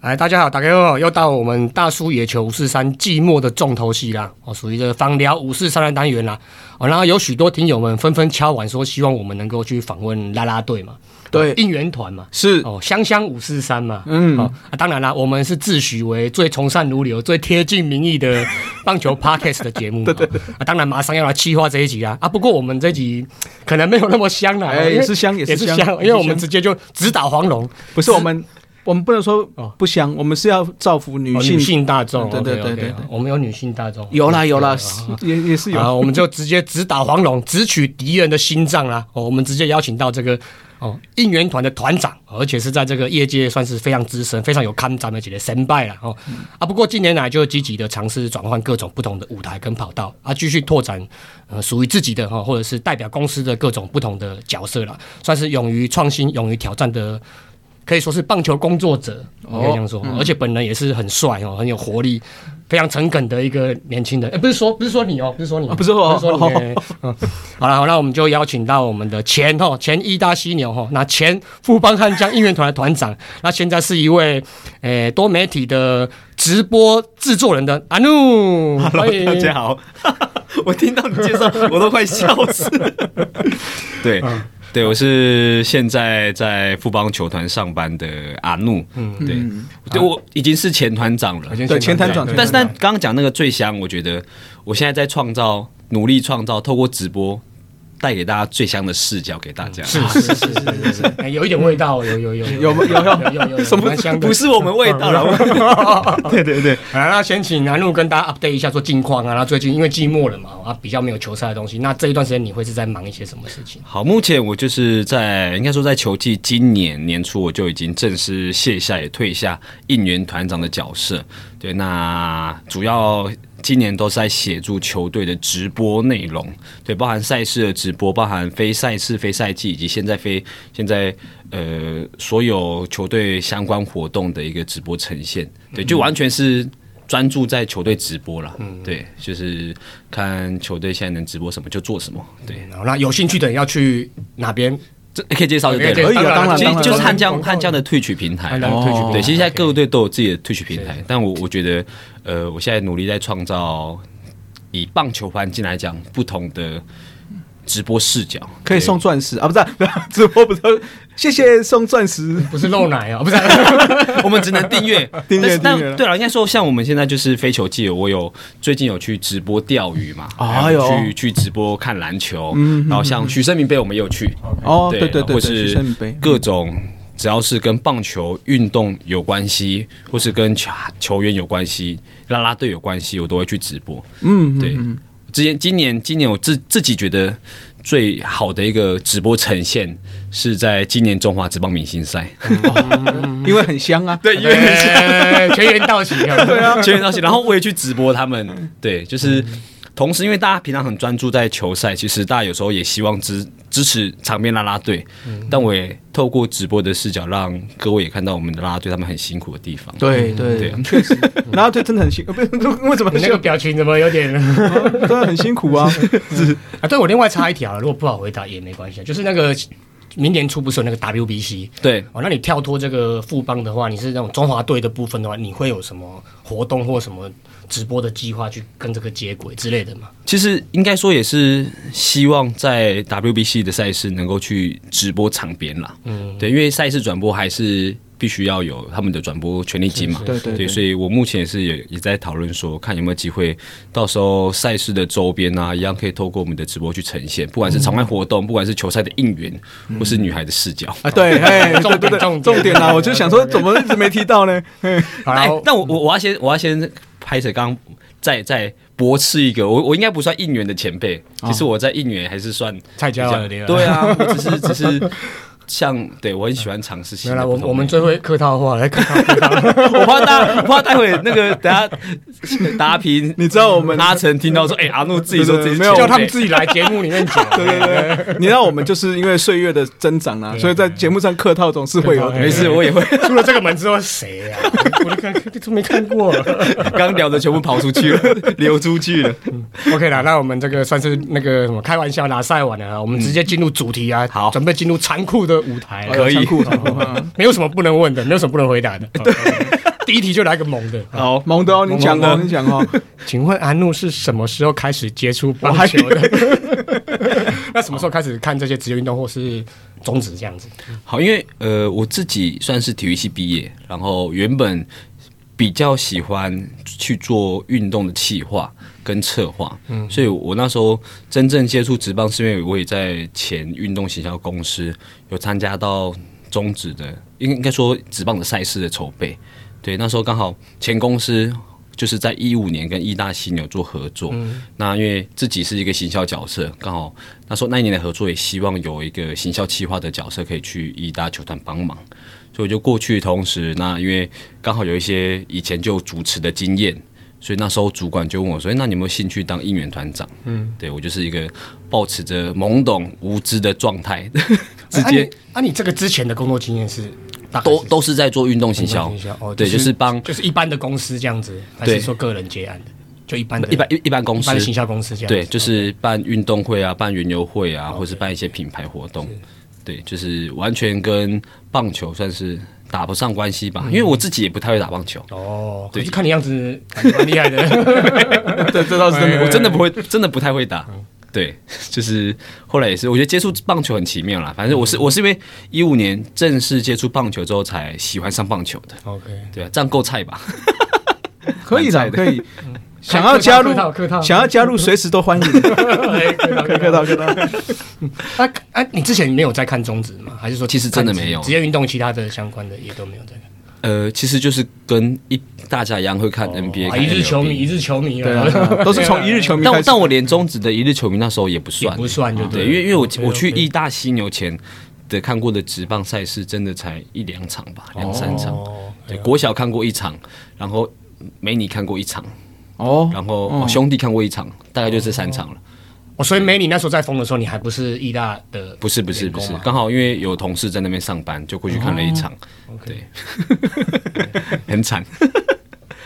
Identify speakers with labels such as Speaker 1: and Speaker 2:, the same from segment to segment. Speaker 1: 哎，大家好，大家好，又到我们大叔野球五四三季末的重头戏啦，哦，属于这个访聊五四三的单元啦，哦，然后有许多听友们纷纷敲碗说，希望我们能够去访问啦啦队嘛，哦
Speaker 2: 对，
Speaker 1: 应援团嘛，
Speaker 2: 是
Speaker 1: 哦，香香五四三嘛，
Speaker 2: 嗯
Speaker 1: 哦，啊当然啦，我们是自诩为最从善如流、最贴近民意的棒球 podcast 的 节目嘛，对对啊，当然马上要来企划这一集啦，啊，不过我们这集可能没有那么香啦，哦
Speaker 2: 哎
Speaker 1: 因为
Speaker 2: 也是香也是
Speaker 1: 也是
Speaker 2: 香也是
Speaker 1: 因为我们
Speaker 2: 香
Speaker 1: 直接就直打黄龙，
Speaker 2: 不是我们我们不能说
Speaker 1: 哦
Speaker 2: 不香，我们是要造福女
Speaker 1: 哦
Speaker 2: 性。
Speaker 1: 女性大众，
Speaker 2: 对对
Speaker 1: OK，OK，
Speaker 2: 对对
Speaker 1: 好我们有女性大众，
Speaker 2: 有啦有啦
Speaker 1: 对，
Speaker 2: 是也也是
Speaker 1: 啊，
Speaker 2: 有。
Speaker 1: 我们就直接直打黄龙，直取敌人的心脏啦、哦，我们直接邀请到这个哦应援团的团长，而且是在这个业界算是非常资深、非常有看展的几个神拜了哦。啊，不过近年来就积极的尝试转换各种不同的舞台跟跑道啊，继续拓展呃属于自己的哈、哦，或者是代表公司的各种不同的角色啦，算是勇于创新、勇于挑战的。可以说是棒球工作者，我可以这样
Speaker 2: 哦
Speaker 1: 说，
Speaker 2: 嗯
Speaker 1: 而且本人也是很帅哦，很有活力，非常诚恳的一个年轻人。哎，不是说不是说你哦，不是说你哦，
Speaker 2: 啊不是我
Speaker 1: 不是说你。
Speaker 2: 哦
Speaker 1: 哎嗯好了，好，那我们就邀请到我们的前哦前义大犀牛哦，那前富邦悍将应援团的团长，那现在是一位诶多媒体的直播制作人的阿怒，哎欢
Speaker 3: Hello，
Speaker 1: 迎
Speaker 3: 大家好。 我听到你介绍，我都快笑死了。对，对，我是现在在富邦球团上班的阿怒。嗯，对，对我已经是前团长了。
Speaker 2: 对前团长
Speaker 1: 对
Speaker 3: 但是，但刚刚讲那个最香，我觉得我现在在创造，努力创造，透过直播带给大家最香的视角给大家。
Speaker 1: 是是是是是是，哎有一点味道，有有有
Speaker 2: 有有有
Speaker 1: 有有
Speaker 2: 什么
Speaker 1: 蛮香的嗯
Speaker 3: 不是我们味 道了，对对对，
Speaker 1: 好，那先请南路跟大家 update 一下说近况啊。那最近因为季末了嘛，啊比较没有球赛的东西，那这一段时间你会是在忙一些什么事情？
Speaker 3: 好，目前我就是在应该说在球季今年年初我就已经正式卸下也退下应援团长的角色。对，那主要今年都是在协助球队的直播内容，对，包含赛事的直播，包含非赛事、非赛季以及现在非现在呃所有球队相关活动的一个直播呈现。对，就完全是。专注在球队直播啦，对，就是看球队现在能直播什么就做什么，对。
Speaker 1: 然后那有兴趣的人要去哪边？
Speaker 3: 这可以介绍就对了，
Speaker 2: 可以啊当然
Speaker 3: 其实
Speaker 2: 当然
Speaker 3: 就是汉
Speaker 1: 当
Speaker 3: 将
Speaker 1: 然
Speaker 3: 汉将的退取平台啊
Speaker 1: 汉将的退取平台
Speaker 3: 对，其实现在各队都有自己的退取平台，但我我觉得，呃，我现在努力在创造以棒球环境来讲不同的直播视角，
Speaker 2: 可以
Speaker 3: 对
Speaker 2: 送钻石啊，不是啊直播不是？ 谢谢送钻石。
Speaker 1: 不是漏奶啊， 不是。
Speaker 3: 我们只能订阅，
Speaker 2: 订阅
Speaker 3: 但是
Speaker 2: 订阅
Speaker 3: 但对啊了，应该说像我们现在就是非球季，我有最近有去直播钓鱼嘛，
Speaker 2: 哎呦嗯
Speaker 3: 然后去去直播看篮球，然后像许生明杯我们也有去，
Speaker 2: 哦，对对对对，
Speaker 3: 或
Speaker 2: 许
Speaker 3: 是
Speaker 2: 胜杯。嗯
Speaker 3: 各种只要是跟棒球运动有关系，或是跟球球员有关系、啦啦队有关系，我都会去直播。
Speaker 2: 嗯，
Speaker 3: 对，之前今年今年我自自己觉得最好的一个直播呈现是在今年中华职棒明星赛，
Speaker 1: 嗯
Speaker 2: 因为很香啊。
Speaker 3: 对，因
Speaker 1: 哎 全员到齐啊！对 啊，
Speaker 3: 全员到齐，然后我也去直播他们，对，就是。同时，因为大家平常很专注在球赛，其实大家有时候也希望支支持场边啦啦队，但我也透过直播的视角，让各位也看到我们的啦啦队他们很辛苦的地方。
Speaker 2: 对对，确实，然后就真的很辛，不是为什
Speaker 1: 嗯
Speaker 2: 么
Speaker 1: 啊你那个表情怎么有点？
Speaker 2: 真的很辛苦啊？
Speaker 1: 啊，对我另外插一条了，如果不好回答也没关系，啊就是那个明年初不是有那个 WBC
Speaker 3: 对，
Speaker 1: 哦，那你跳脱这个富邦的话，你是那种中华队的部分的话，你会有什么活动或什么直播的计划去跟这个接轨之类的吗？
Speaker 3: 其实应该说也是希望在 WBC 的赛事能够去直播场边啦。嗯，对，因为赛事转播还是必须要有他们的转播权利金嘛。
Speaker 2: 对对
Speaker 3: 对，
Speaker 2: 对，
Speaker 3: 所以我目前也是也也在讨论说，看有没有机会，到时候赛事的周边啊，一样可以透过我们的直播去呈现，不管是场外活动，不管是球赛的应援，或是女孩的视角。
Speaker 2: 啊对，哎，对
Speaker 1: 重点
Speaker 2: 对对
Speaker 1: 重点
Speaker 2: 重点啊！我就想说，怎么一直没提 到呢？嘿
Speaker 1: 好啦
Speaker 3: 哎，但我我我要先我要先拍摄，刚刚再再驳斥一个，我我应该不算应援的前辈，
Speaker 2: 哦
Speaker 3: 其实我在应援还是算
Speaker 1: 蔡家了，
Speaker 3: 比较对 啊，我只是只是。像对我很喜欢尝试新
Speaker 1: 原
Speaker 3: 的
Speaker 1: 来我
Speaker 3: 不同
Speaker 1: 我们
Speaker 3: 的
Speaker 1: 最会客套话，来客套 客套。
Speaker 3: 我怕大 我怕待会那个等下大家评
Speaker 2: 你知道我们
Speaker 3: 阿成听到说，哎、阿诺自己说自
Speaker 2: 对
Speaker 3: 己
Speaker 2: 对没有
Speaker 1: 叫
Speaker 3: 叫
Speaker 1: 他们自己来节目里面讲。
Speaker 2: 对对对，你知道我们就是因为岁月的增长啊，所以在节目上客套总是会有的。
Speaker 3: 没事，我也会
Speaker 1: 出了这个门之后，谁呀、 我都看都没看过。
Speaker 3: 刚聊的全部跑出去了，流出去了。
Speaker 1: OK 啦，那我们这个算是那个什么开玩笑拿赛完了啦，我们直接进入主题啊。
Speaker 3: 嗯好
Speaker 1: 准备进入残酷的舞台了。
Speaker 3: 可以
Speaker 2: 残酷残酷啊
Speaker 1: 没有什么不能问的，没有什么不能回答的。对， 第一题就来个猛的。
Speaker 2: 好，蒙德哦，你讲哦，你讲 哦。
Speaker 1: 请问安怒是什么时候开始接触棒球的？那什么时候开始看这些职业运动或是中职这样子？
Speaker 3: 好，因为呃，我自己算是体育系毕业，然后原本比较喜欢去做运动的企划跟策划，嗯，所以我那时候真正接触职棒，是因为我也在前运动行销公司有参加到中职的，应应该说职棒的赛事的筹备。对，那时候刚好前公司就是在一五年跟义大犀牛做合作，那因为自己是一个行销角色，刚好那时候那一年的合作也希望有一个行销企划的角色可以去义大球团帮忙，所以我就过去的同时，那因为刚好有一些以前就主持的经验。所以那时候主管就问我说：“诶哎那你有没有兴趣当应援团长？”嗯，对我就是一个保持着懵懂无知的状态， 直
Speaker 1: 啊
Speaker 3: 接
Speaker 1: 你啊，你这个之前的工作经验是大概
Speaker 3: 都
Speaker 1: 是
Speaker 3: 都是在做运动行
Speaker 1: 什么
Speaker 3: 销
Speaker 1: 样的形象哦，，
Speaker 3: 对，就是帮
Speaker 1: 就是一般的公司这样子，还
Speaker 3: 对
Speaker 1: 是说个人接案的？就一般的
Speaker 3: 一般一一般
Speaker 1: 一
Speaker 3: 公
Speaker 1: 般的
Speaker 3: 司
Speaker 1: 行销公司这样子。
Speaker 3: 对，就是办运动会啊，办园游会啊，或是办一些品牌活动，对，就是完全跟棒球算是打不上关系吧，因为我自己也不太会打棒 球，
Speaker 1: 哦，可
Speaker 3: 对
Speaker 1: 是看你样子感觉蛮厉害 的。
Speaker 2: 这这倒是真的，
Speaker 3: 我真的不会，真的不太会打。对， 就是后来也是，我觉得接触棒球很奇妙啦。反正我是我是因为一五年正式接触棒球之后才喜欢上棒球的，
Speaker 1: OK，
Speaker 3: 对啊，这样够菜吧？
Speaker 2: 可以的，可以。
Speaker 1: 嗯
Speaker 2: 想
Speaker 1: 客
Speaker 2: 要
Speaker 1: 套
Speaker 2: 加入
Speaker 1: 客套客，套
Speaker 2: 想要加入，随时都 欢迎。可以，
Speaker 1: 可
Speaker 2: 客套，客套。
Speaker 1: 啊啊！你之前没有在看中职吗？还是说
Speaker 3: 其实真的没有
Speaker 1: 看职业运动其他的相关的也都没有在看？
Speaker 3: 呃，其实就是跟一大家一样会看 NBA，、
Speaker 1: 啊一日球迷，一日球迷
Speaker 2: 对
Speaker 1: 啊，
Speaker 2: 啊，都是从一日球迷
Speaker 3: 但
Speaker 2: 开
Speaker 3: 我
Speaker 2: 始。
Speaker 3: 但我连中职的一日球迷那时候也不
Speaker 1: 也
Speaker 3: 算，啊
Speaker 1: 不算就
Speaker 3: 对，
Speaker 1: 了
Speaker 3: 因为因为我
Speaker 1: OK，OK
Speaker 3: 我去义大犀牛前的看过的职棒赛事，真的才一两场吧，两三场。
Speaker 1: 哦
Speaker 3: 对，国小看过一场，然后美女看过一场，
Speaker 2: 哦，
Speaker 3: 然后、哦兄弟看过一场，大概就这三场了。
Speaker 1: 哦，所以美女那时候在疯的时候，你还不是义大的
Speaker 3: 不是不是
Speaker 1: 员
Speaker 3: 不
Speaker 1: 工
Speaker 3: 是
Speaker 1: 嘛，
Speaker 3: 刚好因为有同事在那边上班，就过去看了一场，对， 很惨。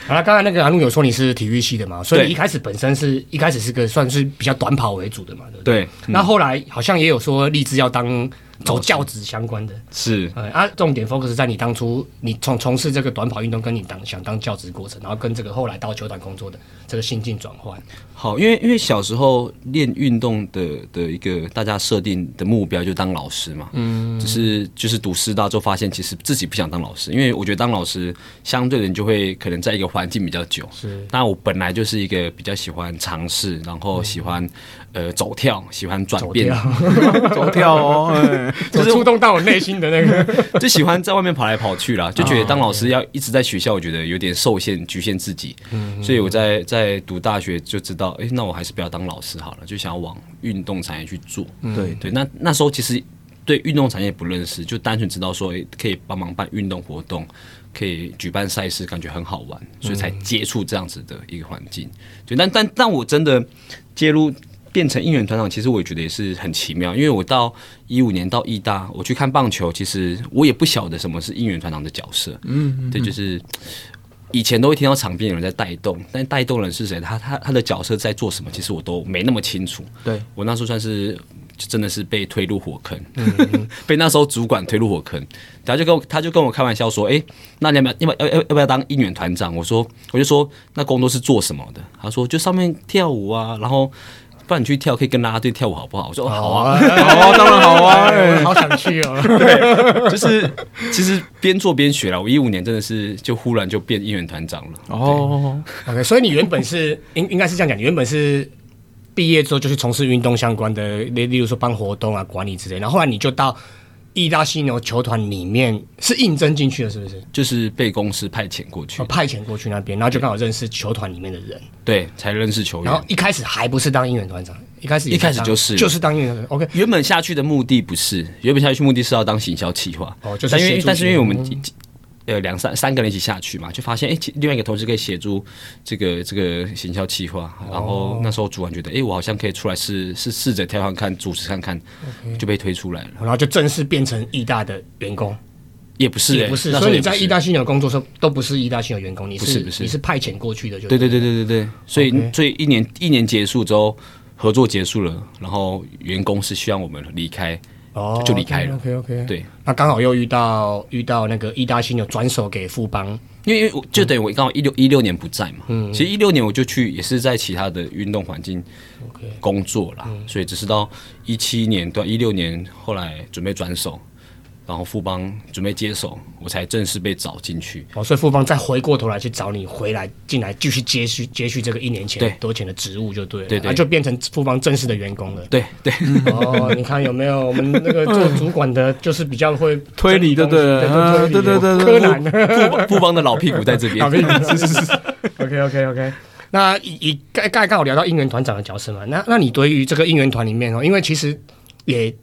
Speaker 1: 好了，刚才那个阿路有说你是体育系的嘛，所以
Speaker 3: 对
Speaker 1: 你一开始本身是一开始是个算是比较短跑为主的嘛，对不对？
Speaker 3: 对，
Speaker 1: 那后来好像也有说立志要当走教职相关的，
Speaker 3: 是
Speaker 1: 呃啊，重点 focus 在你当初你从从事这个短跑运动，跟你当想当教职过程，然后跟这个后来到球团工作的这个心境转换。
Speaker 3: 好，因为因为小时候练运动的的一个大家设定的目标就当老师嘛，嗯，只是就是读师大之后发现其实自己不想当老师，因为我觉得当老师相对的你就会可能在一个环境比较久，
Speaker 1: 是，
Speaker 3: 那我本来就是一个比较喜欢尝试，然后喜欢、呃走跳，喜欢转
Speaker 1: 走
Speaker 3: 变
Speaker 1: 掉，
Speaker 2: 走跳哦，哎
Speaker 1: 就是触动到我内心的那个。
Speaker 3: 就喜欢在外面跑来跑去啦，就觉得当老师要一直在学校，我觉得有点受限局限自己，所以我在在读大学就知道，哎、那我还是不要当老师好了，就想要往运动产业去做。
Speaker 2: 对，
Speaker 3: 对，那那时候其实对运动产业不认识，就单纯知道说，哎、可以帮忙办运动活动，可以举办赛事，感觉很好玩，所以才接触这样子的一个环境。对，但但但我真的介入。变成应援团长，其实我也觉得也是很奇妙，因为我到一五年到义大，我去看棒球，其实我也不晓得什么是应援团长的角色。嗯，对，就是以前都会听到场边有人在带动，但带动人是谁，他他他的角色在做什么，其实我都没那么清楚。
Speaker 2: 对
Speaker 3: 我那时候算是就真的是被推入火坑， 被那时候主管推入火坑，他就跟我他就跟我开玩笑说，哎、那你要不要要不要要不要当应援团长？我说我就说那工作是做什么的？他说就上面跳舞啊，然后不然你去跳可以跟啦啦队跳舞好不好？我说、哦、好啊，
Speaker 1: 啊，
Speaker 2: 好啊，当然好啊，哎
Speaker 1: 我好想去哦。
Speaker 3: 就是其实边做边学了，我一五年真的是就忽然就变应援团长了。
Speaker 2: 哦，
Speaker 1: OK，所以你原本是应应该是这样讲，你原本是毕业之后就去从事运动相关的，例例如说帮活动啊、管理之类，然后后来你就到义大犀牛球团里面是应征进去的，是不是？
Speaker 3: 就是被公司派遣过去
Speaker 1: 哦，，派遣过去那边，然后就刚好认识球团里面的人，
Speaker 3: 对，才认识球
Speaker 1: 然后
Speaker 3: 员。
Speaker 1: 一开始还不是当应援团长，一开始也
Speaker 3: 一开始
Speaker 1: 当
Speaker 3: 就是
Speaker 1: 就是当应援团长，OK。
Speaker 3: 原本下去的目的不是，原本下去目的是要当行销企划。
Speaker 1: 哦就是
Speaker 3: 但因
Speaker 1: 协
Speaker 3: 为
Speaker 1: 助
Speaker 3: 但是因为
Speaker 1: 企
Speaker 3: 我们一起呃两三三个人一起下去嘛，就发现哎、其另外一个同事可以协助这个这个行销企划。
Speaker 1: 哦
Speaker 3: 然后那时候主管觉得哎、我好像可以出来试试试着跳看看，主持看看，就被推出来了。
Speaker 1: 然后就正式变成义大的员工，
Speaker 3: 也不是、
Speaker 1: 也
Speaker 3: 哎
Speaker 1: 不是，
Speaker 3: 那时
Speaker 1: 所以
Speaker 3: 候也
Speaker 1: 你
Speaker 3: 不
Speaker 1: 在
Speaker 3: 是
Speaker 1: 义大犀牛工作的时候都不是义大犀牛员工，你是
Speaker 3: 不是不是
Speaker 1: 你是派遣过去的就
Speaker 3: 对对对对对对，所以所以一年一年结束之后，合作结束了，然后员工是希望我们离开，
Speaker 1: 哦，
Speaker 3: 就离开了。
Speaker 1: OK OK，
Speaker 3: 对，
Speaker 1: 那刚好又遇到遇到那个义大犀牛转手给富邦
Speaker 3: 因为因为我就等于我刚好一六一六年不在嘛，嗯，其实一六年我就去也是在其他的运动环境工作啦，所以只是到一七年到一六年后来准备转手，然后富邦准备接手，我才正式被找进去。
Speaker 1: 哦，所以富邦再回过头来去找你回来进来继续接续接续这个一年前
Speaker 3: 对
Speaker 1: 多前的职务就对了，
Speaker 3: 对对
Speaker 1: 啊就变成富邦正式的员 工了。
Speaker 3: 对 对，
Speaker 1: 哦，你看有没有我们那个做主管的，就是比较会
Speaker 2: 推理
Speaker 1: 的，
Speaker 2: 就对了
Speaker 1: 对
Speaker 2: 啊对对对
Speaker 1: 柯
Speaker 2: 对
Speaker 1: 南
Speaker 3: 富邦富邦的老屁股在这边，
Speaker 1: 啊 是是是。OK OK OK。那以以刚刚才刚好聊到应援团长的角色嘛，那那你对于这个应援团里面哦，因为其实也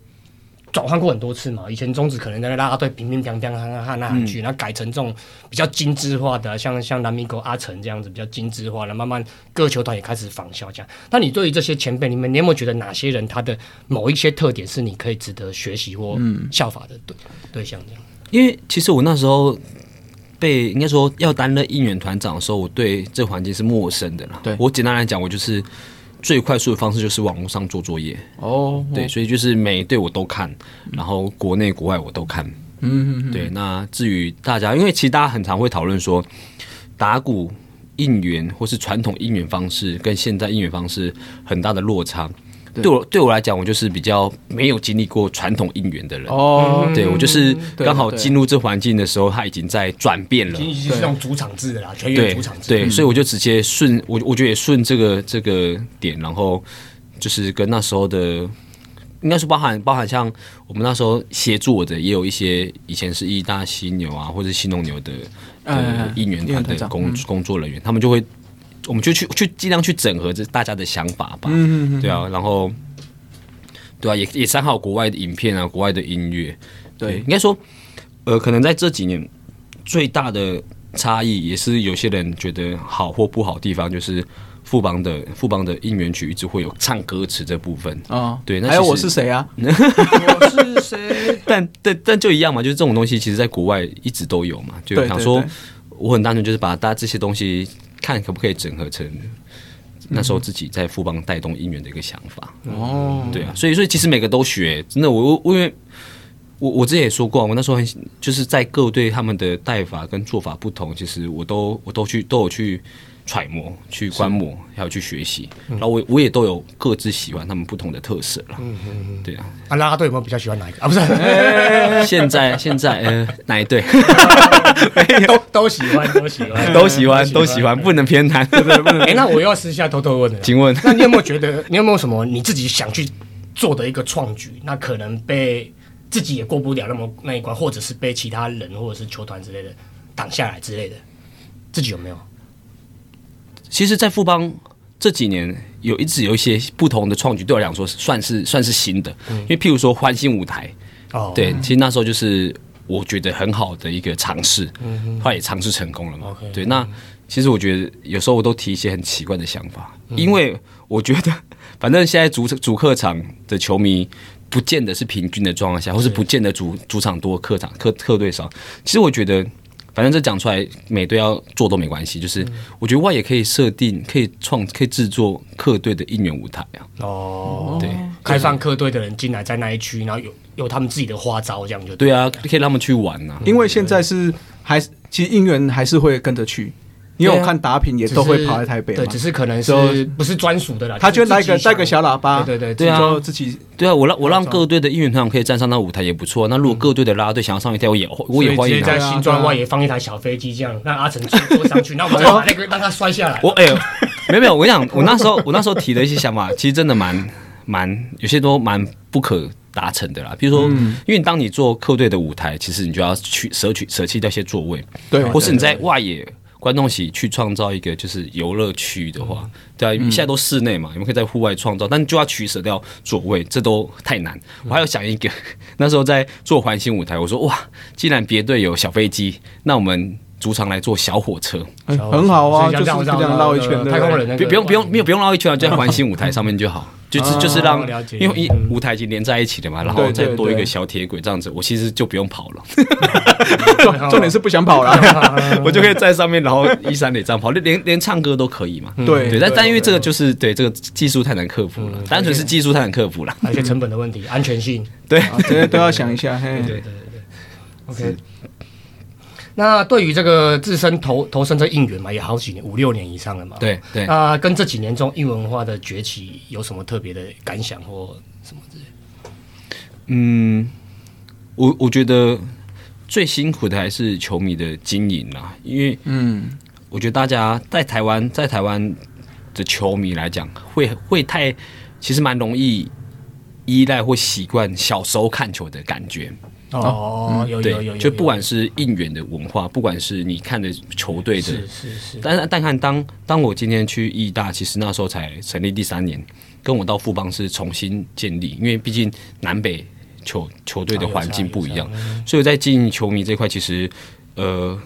Speaker 1: 转换过很多次嘛，以前中职可能在那拉拉队乒乒乓乓、哈哈那喊去，然后改成这种比较精致化的，像像南米狗阿成这样子比较精致化的，慢慢各球团也开始仿效这样。那你对于这些前辈里面，你有没有觉得哪些人他的某一些特点是你可以值得学习或效法的对、对象这样？
Speaker 3: 因为其实我那时候被应该说要担任应援团长的时候，我对这环境是陌生的啦。
Speaker 2: 对
Speaker 3: 我简单来讲，我就是最快速的方式就是网络上做作业，
Speaker 2: 哦，
Speaker 3: 对，所以就是每一队我都看，然后国内国外我都看。
Speaker 2: 嗯，嗯嗯
Speaker 3: 对，那至于大家，因为其实大家很常会讨论说，打鼓应援或是传统应援方式跟现在应援方式很大的落差。对我对我来讲，我就是比较没有经历过传统应援的人。
Speaker 2: 哦，
Speaker 3: 对我就是
Speaker 2: 对
Speaker 3: 刚好
Speaker 2: 对
Speaker 3: 进入这环境的时候，他已经在转变了
Speaker 1: 已。经是那种主场制的啦，全员
Speaker 3: 对
Speaker 1: 主场制。
Speaker 3: 对，所以我就直接顺我，我觉得也顺这个这个点，然后就是跟那时候的，应该是包含包含像我们那时候协助我的，也有一些以前是义大犀牛啊，或者新农牛的的
Speaker 2: 嗯
Speaker 3: 应援团
Speaker 2: 应援团
Speaker 3: 的
Speaker 2: 长嗯
Speaker 3: 工工作人员，他们就会，我们就去去尽量去整合这大家的想法
Speaker 2: 嗯
Speaker 3: 吧，对啊，然后对啊，也也参考国外的影片啊，国外的音乐，对，
Speaker 2: 对
Speaker 3: 应该说，呃，可能在这几年最大的差异，也是有些人觉得好或不好的地方，就是富邦的富邦的应援曲一直会有唱歌词这部分，
Speaker 2: 哦，
Speaker 3: 对那
Speaker 2: 还有
Speaker 3: 其实
Speaker 2: 我是谁啊？
Speaker 1: 嗯我是谁？
Speaker 3: 但但但就一样嘛，就是这种东西其实在国外一直都有嘛，就
Speaker 2: 对
Speaker 3: 想
Speaker 2: 对
Speaker 3: 说
Speaker 2: 对
Speaker 3: 我很单纯就是把大家这些东西看可不可以整合成。那时候自己在富邦带动应援的一个想法，
Speaker 2: 哦，
Speaker 3: 对啊，所以所以其实每个都学，真的，我我我因为我我之前也说过啊，我那时候很就是在各队他们的带法跟做法不同，其实我都我都去都有去揣摩、去观摩，还有去学习，然后我我也都有各自喜欢他们不同的特色了，对啊。
Speaker 1: 啊，啦啦队有没有比较喜欢哪一个啊？不是，
Speaker 3: 哎 现在现在呃哪一队
Speaker 1: 都都喜欢，都喜欢，
Speaker 3: 都喜欢都喜。欢，不能偏 袒，
Speaker 1: 哎，那我又要私下偷偷问了，
Speaker 3: 请问
Speaker 1: 那你有没有觉得，你有没有什么你自己想去做的一个创举？那可能被自己也过不了那么那一关，或者是被其他人或者是球团之类的挡下来之类的，自己有没有？
Speaker 3: 其实，在富邦这几年有一直有一些不同的创举，对我来讲说算是算是新的，因为譬如说欢欣舞台，
Speaker 1: 哦，
Speaker 3: 对，其实那时候就是我觉得很好的一个尝试，后来也尝试成功了嘛。
Speaker 1: 嗯 OK，
Speaker 3: 对，那其实我觉得有时候我都提一些很奇怪的想法，
Speaker 1: 嗯
Speaker 3: 因为我觉得 反正现在主主客场的球迷。不见得是平均的状况下，或是不见得主主场多客场客客队少。其实我觉得，反正这讲出来，每队要做都没关系。
Speaker 1: 嗯
Speaker 3: 就是我觉得外野可以设定，可以创，可以制作客队的应援舞台啊。
Speaker 1: 哦，
Speaker 3: 对，
Speaker 1: 开放客队的人进来在那一区，然后有有他们自己的花招，这样就对。
Speaker 3: 对啊，可以让他们去玩呐、啊。
Speaker 2: 因为现在是还是其实应援还是会跟着去，因为
Speaker 3: 对啊
Speaker 2: 我看打品也
Speaker 1: 只
Speaker 2: 都会
Speaker 1: 是
Speaker 2: 跑来台北嘛
Speaker 1: 对，，只是可能是
Speaker 2: 就
Speaker 1: 不是专属的啦。
Speaker 2: 他就
Speaker 1: 就是
Speaker 2: 带
Speaker 1: 自己
Speaker 2: 个带
Speaker 1: 想
Speaker 2: 个小喇叭，
Speaker 1: 对对对
Speaker 3: 对啊
Speaker 2: 就自己
Speaker 3: 对啊，我让我让各队的应援团可以站上那舞台也不错。啊那如果各队的啦啦队想要上一跳，我也我也欢
Speaker 1: 所以
Speaker 3: 迎
Speaker 1: 直接
Speaker 3: 啊。
Speaker 1: 在新庄外也放一台小飞机，这样让阿成坐上 去，那我们再把那个让他摔下来。
Speaker 3: 我哎、呦，没有没有，我跟你讲，我那时候我那时候提的一些想法，其实真的蛮蛮有些都蛮不可达成的啦。比如说，
Speaker 2: 嗯
Speaker 3: 因为当你做客队的舞台，其实你就要去舍取舍弃掉一些座位，
Speaker 2: 对
Speaker 3: 或是你在外野观众席去创造一个就是游乐区的话，对啊，
Speaker 2: 嗯
Speaker 3: 现在都室内嘛，你们可以在户外创造，但就要取舍掉座位，这都太难。我还有想一个， 那时候在做环形舞台，我说哇，既然别队有小飞机，那我们主场来做小火车，
Speaker 2: 哎 很好啊，
Speaker 1: 所
Speaker 2: 就
Speaker 1: 以
Speaker 2: 是
Speaker 1: 这样
Speaker 2: 这样绕一圈，对不对
Speaker 1: 太空人那
Speaker 3: 不
Speaker 1: 个
Speaker 3: 不用不用没有不用绕一圈啊，就在环形舞台上面就
Speaker 2: 啊
Speaker 3: 好。就是就是让
Speaker 1: 哦了解，
Speaker 3: 因为一舞台已经连在一起了嘛，然后
Speaker 2: 对
Speaker 3: 再
Speaker 2: 嗯对
Speaker 3: 多一个
Speaker 2: 对
Speaker 3: 小铁轨这样子，我其实就不用跑了。
Speaker 1: 哦
Speaker 2: 重重点是不想跑啦。
Speaker 3: 我就可以在上面，然后一三垒这样跑，连连连唱歌都可以嘛。
Speaker 2: 嗯对
Speaker 3: 对，
Speaker 2: 对
Speaker 3: 但
Speaker 2: 嗯
Speaker 3: 但因为这个就是对这个技术太难克服了，单纯是技术太难克服了。
Speaker 1: 而且成本的问题，安全性。
Speaker 3: 对，
Speaker 2: 啊这些都要想一下，嘿，
Speaker 1: 对对对，OK。那对于这个自身投投身这应援嘛，也好几年，五六年以上了嘛。
Speaker 3: 对对
Speaker 1: 那跟这几年中英文文化的崛起有什么特别的感想或什么之类的？
Speaker 3: 嗯，我我觉得最辛苦的还是球迷的经营啦，因为
Speaker 2: 嗯，
Speaker 3: 我觉得大家在台湾，在台湾的球迷来讲，会会太其实蛮容易依赖或习惯小时候看球的感觉。
Speaker 1: 哦，
Speaker 2: 嗯
Speaker 1: 有有有有，
Speaker 3: 对，就不
Speaker 1: 管
Speaker 3: 管是应援的文化，不管是你看的球队的
Speaker 1: 是是是，
Speaker 3: 但但看当当我今天去义大，其实那时候才成立第三年，跟我到富邦是重新建立，因为毕竟南北球球队的环境不一样，所以我在经营球迷这块，其实呃，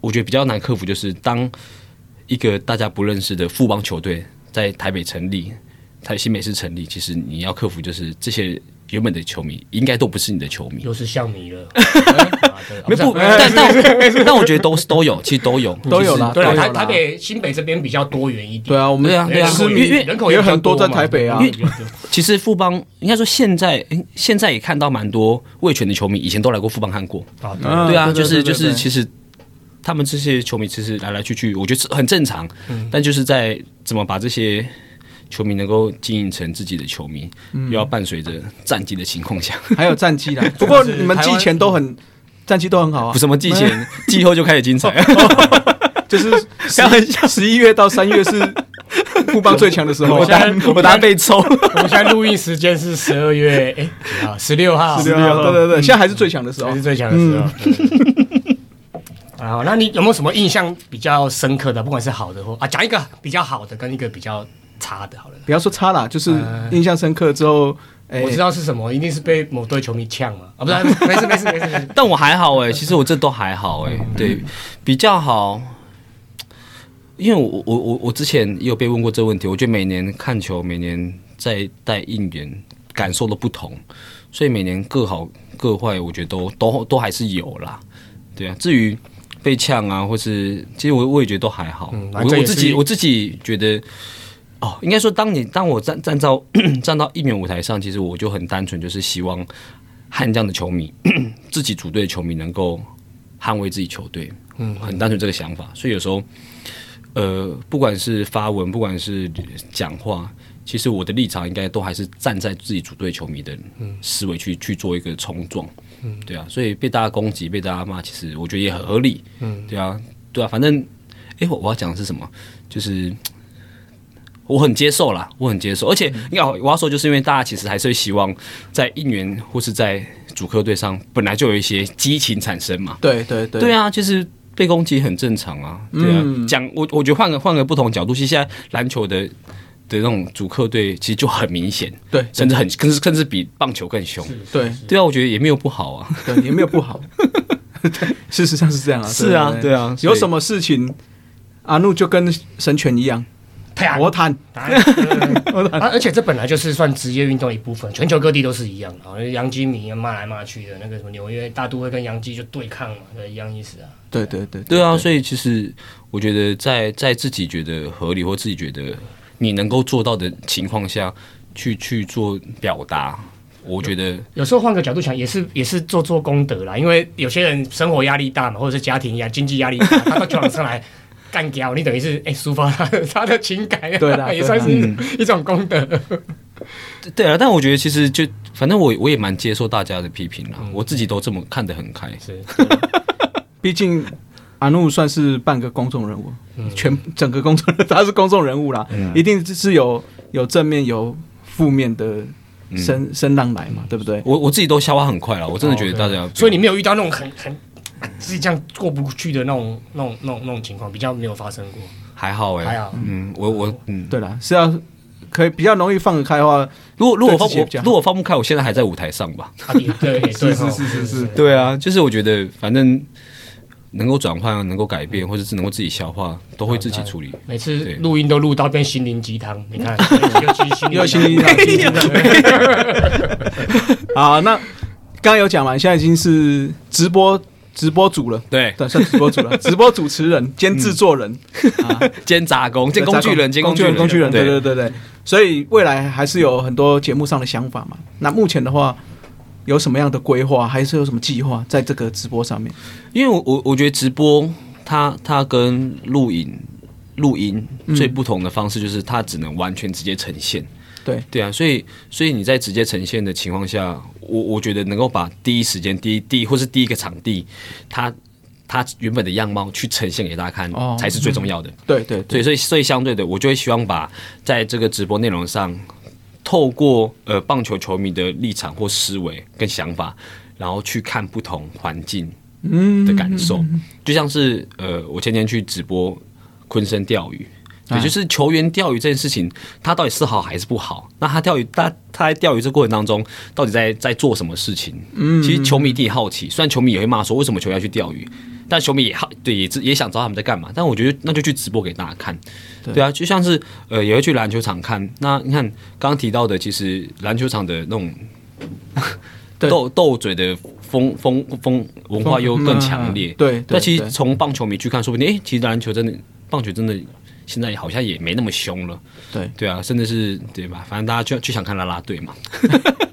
Speaker 3: 我觉得比较难克服，就是当一个大家不认识的富邦球队在台北成立，台新美式成立，其实你要克服就是这些原本的球迷应该都不是你的球迷。
Speaker 1: 又是像你 了。啊对啊
Speaker 3: 没不，
Speaker 1: 是啊
Speaker 3: 但但我但我觉得都是都有，其实都有，
Speaker 2: 都有
Speaker 3: 其实
Speaker 2: 啦
Speaker 1: 对啊，
Speaker 2: 都有
Speaker 1: 台
Speaker 2: 啦
Speaker 1: 台北新北这边比较多元一点。
Speaker 2: 对啊，我们
Speaker 3: 对啊对啊
Speaker 2: 市
Speaker 1: 因为
Speaker 2: 民
Speaker 1: 人口
Speaker 2: 也
Speaker 1: 比较
Speaker 2: 很多在
Speaker 1: 嘛
Speaker 2: 台北啊
Speaker 1: 对对对
Speaker 3: 其实富邦应该说现在，诶现在也看到蛮多味全的球迷，以前都来过富邦看过。
Speaker 1: 啊，对
Speaker 2: 嗯
Speaker 3: 对啊，
Speaker 2: 对
Speaker 3: 就
Speaker 2: 对对
Speaker 3: 是就是，
Speaker 2: 对
Speaker 3: 其实他们这些球迷其实来来去去，我觉得是很正常。但就是在怎么把这些球迷能够经营成自己的球迷，又要伴随着战绩的情况下，
Speaker 2: 还有战绩啦。 不过你们季前都很战绩都很好啊，
Speaker 3: 不是什么季前季后就开始精彩。
Speaker 2: 就是十十一月到三月是富邦最强的时候
Speaker 3: 我。
Speaker 1: 现在
Speaker 3: 单我单被抽，
Speaker 1: 我们现在录音时间是十二月哎几号？十六号，嗯
Speaker 2: 对啊哎对对对，现在还是最强的时候
Speaker 1: 才是。最强的时候。对对对然啊后，那你有没有什么印象比较深刻的？不管是好的或啊，讲一个比较好的跟一个比较差的，好了。
Speaker 2: 不要说差啦，就是印象深刻之后，哎
Speaker 1: 我，知道是什么，一定是被某队球迷呛嘛。 啊，不是，没事没事没事没事。
Speaker 3: 但我还好哎、其实我这都还好哎、
Speaker 1: 嗯
Speaker 3: 对，比较好。因为我我我我之前也有被问过这个问题，我觉得每年看球，每年在带应援，感受都不同，所以每年各好各坏，我觉得都都都还是有啦。对啊，至于被呛啊，或是其实我我也觉得都还好。
Speaker 1: 嗯
Speaker 3: 我
Speaker 1: 反正
Speaker 3: 我
Speaker 1: 也
Speaker 3: 自
Speaker 1: 是
Speaker 3: 己我自己觉得，哦，应该说当你当我站站到站到应援舞台上，其实我就很单纯，就是希望悍将的球迷，自己组队的球迷能够捍卫自己球队，嗯，很单纯这个想法。所以有时候，呃，不管是发文，不管是讲话，其实我的立场应该都还是站在自己组队球迷的思维去、去做一个冲撞，嗯，对啊。所以被大家攻击、被大家骂，其实我觉得也很合理，嗯，对啊，对啊。反正，诶，我我要讲的是什么？就是。我很接受啦，我很接受，而且你看，我要说，就是因为大家其实还是会希望在应援或是在主客队上本来就有一些激情产生嘛。
Speaker 2: 对对对，
Speaker 3: 对啊，就是被攻击很正常啊。对啊，讲、我我觉得换个换个不同角度，其实现在篮球的的那种主客队其实就很明显，
Speaker 2: 对
Speaker 3: 甚至很甚至甚至比棒球更凶。
Speaker 2: 对
Speaker 3: 对啊，我觉得也没有不好啊。
Speaker 2: 对，也没有不 好。对事实上是这样啊，
Speaker 3: 是啊对啊所以
Speaker 2: 有什么事情，阿怒就跟神犬一样，
Speaker 1: 太阳
Speaker 2: 我坦
Speaker 1: 啊，而且这本来就是算职业运动一部分，全球各地都是一样的。好像洋基迷骂来骂去的，那个什么纽约大都会跟洋基就对抗嘛，对，一样意思啊。
Speaker 2: 对对对
Speaker 3: 对啊，所以其实我觉得在在自己觉得合理或自己觉得你能够做到的情况下去去做表达，我觉得
Speaker 1: 有时候换个角度想，也是也是做做功德啦。因为有些人生活压力大嘛，或者是家庭压经济压力大， 他到球场上来干掉，你等于是哎抒发他的 他的情感，啊
Speaker 2: 对啦
Speaker 1: 也算是
Speaker 2: 对
Speaker 1: 一一种功德。
Speaker 3: 对啊，但我觉得其实就反正我我也蛮接受大家的批评啦，我自己都这么看得很开。
Speaker 1: 是，
Speaker 2: 毕竟阿怒算是半个公众人物，全整个公众他是公众人物啦，一定是有有正面有负面的声声浪来嘛，对不对？
Speaker 3: 我我自己都消化很快了，我真的觉得大家，
Speaker 1: 所以你没有遇到那种很很自己这样过不去的那种那种那种那种情况，比较没有发生过。
Speaker 3: 还好哎、
Speaker 1: 还好
Speaker 3: 嗯，我我嗯，
Speaker 2: 对啦，是要可以比较容易放得开的话，
Speaker 3: 如果如果
Speaker 2: 对
Speaker 3: 放
Speaker 2: 自己也比较
Speaker 3: 我
Speaker 2: 好
Speaker 3: 如果放不开，我现在还在舞台上吧。
Speaker 1: 啊，也对，也对，
Speaker 2: 是
Speaker 1: 吼
Speaker 2: 是是是是，
Speaker 3: 对啊，就是我觉得反正能够转换、啊能够改变，或者是能够自己消化，都会自己处理。
Speaker 1: 每次录音都录到变心灵鸡汤，你看， 尤其心
Speaker 2: 又心灵鸡
Speaker 1: 汤，
Speaker 2: 好，那刚刚有讲嘛，你现在已经是直播直播组了，
Speaker 3: 对，
Speaker 2: 对，算直播组了，直播主持人兼制作人，
Speaker 3: 兼杂工，兼工具人，兼
Speaker 2: 工具
Speaker 3: 人，
Speaker 2: 人，工具人，对
Speaker 3: 对
Speaker 2: 对对对。所以未来还是有很多节目上的想法嘛。那目前的话，有什么样的规划，还是有什么计划在这个直播上面？
Speaker 3: 因为我我我觉得直播它它跟录影录音
Speaker 2: 嗯
Speaker 3: 最不同的方式就是它只能完全直接呈现。
Speaker 2: 对，
Speaker 3: 对啊，所以所以你在直接呈现的情况下，我我觉得能够把第一时间、第一第一或是第一个场地，它它原本的样貌去呈现给大家看，
Speaker 2: 哦
Speaker 3: 才是最重要的。
Speaker 2: 对对对，
Speaker 3: 对，所以所以相对的，我就会希望把在这个直播内容上，透过呃棒球球迷的立场或思维跟想法，然后去看不同环境的感受，就像是呃，我前天去直播昆生钓鱼。也就是球员钓鱼这件事情，他到底是好还是不好？那他钓鱼，他他在钓鱼这过程当中，到底在在做什么事情？嗯，其实球迷一定也好奇，虽然球迷也会骂说为什么球员要去钓鱼，但球迷也好对也知也想知道他们在干嘛。但我觉得那就去直播给大家看，对啊，就像是呃也会去篮球场看。那你看刚刚提到的，其实篮球场的那种
Speaker 2: 对
Speaker 3: 斗斗嘴的风风风文化又更强烈。
Speaker 2: 嗯对对
Speaker 3: 那其实
Speaker 2: 对
Speaker 3: 从棒球迷去看，说不定诶，其实篮球真的棒球真的现在好像也没那么凶了。
Speaker 2: 对，
Speaker 3: 对啊，甚至是对吧？反正大家就就想看啦啦 队嘛。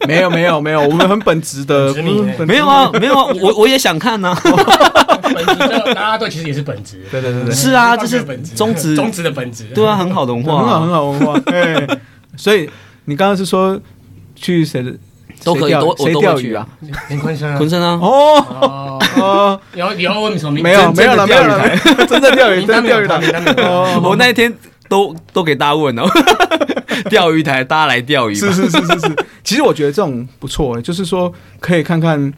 Speaker 2: 没有没有没有，我们很本职 的，
Speaker 1: 本职迷
Speaker 2: 嗯本
Speaker 3: 没有啊，没有啊，我我也 想看呐、
Speaker 2: 哦
Speaker 1: 本职的啦啦队其实也是本职，
Speaker 2: 对对对对，
Speaker 3: 是啊，这
Speaker 1: 棒球
Speaker 3: 是
Speaker 1: 的本质
Speaker 3: 中职，
Speaker 1: 中职的本质。
Speaker 3: 对啊，很好的文化、
Speaker 2: 很好很好文化。哎，所以你刚刚是说去谁的
Speaker 3: 都可
Speaker 2: 谁
Speaker 3: 以
Speaker 2: 钓
Speaker 3: 都我
Speaker 2: 谁
Speaker 3: 都会
Speaker 2: 钓
Speaker 3: 去
Speaker 2: 鱼啊？
Speaker 1: 林坤生啊
Speaker 3: 昆，生啊，
Speaker 2: 哦
Speaker 1: 哦，
Speaker 2: 哦，
Speaker 1: 有有要问什么？
Speaker 2: 没有没有了没有了， 真的钓鱼
Speaker 1: 名单
Speaker 2: 真的
Speaker 1: 没
Speaker 2: 钓
Speaker 1: 有名
Speaker 2: 鱼
Speaker 1: 单
Speaker 2: 的
Speaker 1: 没有名单没有
Speaker 2: 哦，
Speaker 3: 我那一天都都给大家问哦， 钓鱼台大家来钓鱼嘛
Speaker 2: 是是是是是。其实我觉得这种不错、就是说可以看看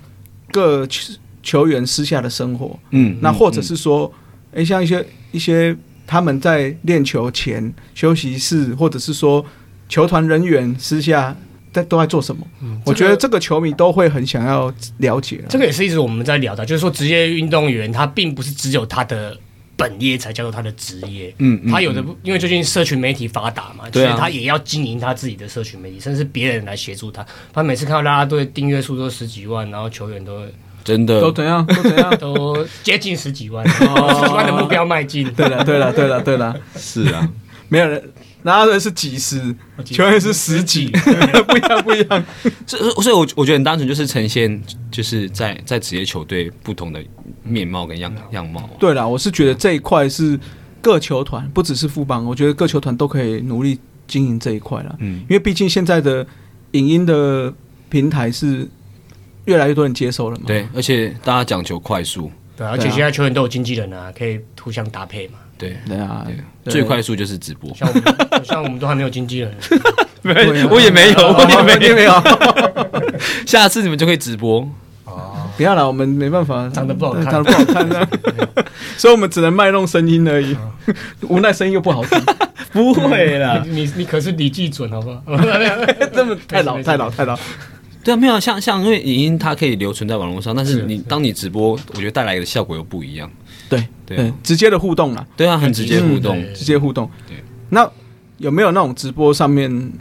Speaker 2: 各球球员私下的生活，
Speaker 3: 嗯
Speaker 2: 那或者
Speaker 3: 嗯
Speaker 2: 是说，诶，像一些一些他们在练球前休息室，或者是说球团人员私下在都在做什么，我觉得嗯这个球迷都会很想要了解啊、
Speaker 1: 这个也是一直我们在聊的，就是说职业运动员他并不是只有他的本业才叫做他的职业，
Speaker 3: 嗯嗯
Speaker 1: 他有的不因为最近社群媒体发达嘛，
Speaker 3: 对啊
Speaker 1: 所以他也要经营他自己的社群媒体，甚至别人来协助他。他每次看到啦啦队订阅数都十几万，然后球员都。
Speaker 3: 嗯真的
Speaker 2: 都怎样都怎样
Speaker 1: 都接近十几万，十几万的目标迈进。 啊
Speaker 2: 对了，对了，对了，对了，
Speaker 3: 是啊，
Speaker 2: 没有人，那人是哦几十，球员是十 几，不一样，不一样。
Speaker 3: 这所以我我觉得很单纯就是呈现就是在在职业球队不同的面貌跟样样貌啊、
Speaker 2: 对啦，我是觉得这一块是各球团，不只是富邦，我觉得各球团都可以努力经营这一块啦。
Speaker 3: 嗯
Speaker 2: 因为毕竟现在的影音的平台是越来越多人接受了嘛。
Speaker 3: 对，而且大家讲求快速，
Speaker 1: 对啊，而且现在球员都有经纪人啊，可以互相搭配嘛。
Speaker 3: 对，
Speaker 2: 对啊，对
Speaker 3: 最快速就是直播。
Speaker 1: 像我们 像我们都还没有经纪人，
Speaker 3: 没
Speaker 2: 对啊
Speaker 3: 我也没有，我也没有。
Speaker 2: 没有，
Speaker 3: 下次你们就可以直播。
Speaker 2: 不要了，我们没办法，
Speaker 1: 长得不好看
Speaker 2: 长得不好看啊，所以我们只能卖弄声音而已， 无奈声音又不好听， 不会啦，
Speaker 1: 你你可是李济准好不好？
Speaker 2: 这么太老
Speaker 1: 没事
Speaker 2: 太老太老，
Speaker 3: 对啊，没有啊像像因为影音它可以留存在网络上，但是
Speaker 1: 是
Speaker 3: 你当你直播，我觉得带来的效果又不一样。
Speaker 2: 对
Speaker 3: 对啊
Speaker 2: 对，直接的互动啦，
Speaker 3: 对啊，很直接互动
Speaker 1: 嗯。对
Speaker 2: 直接互动
Speaker 3: 对。
Speaker 2: 那有没有那种直播上面，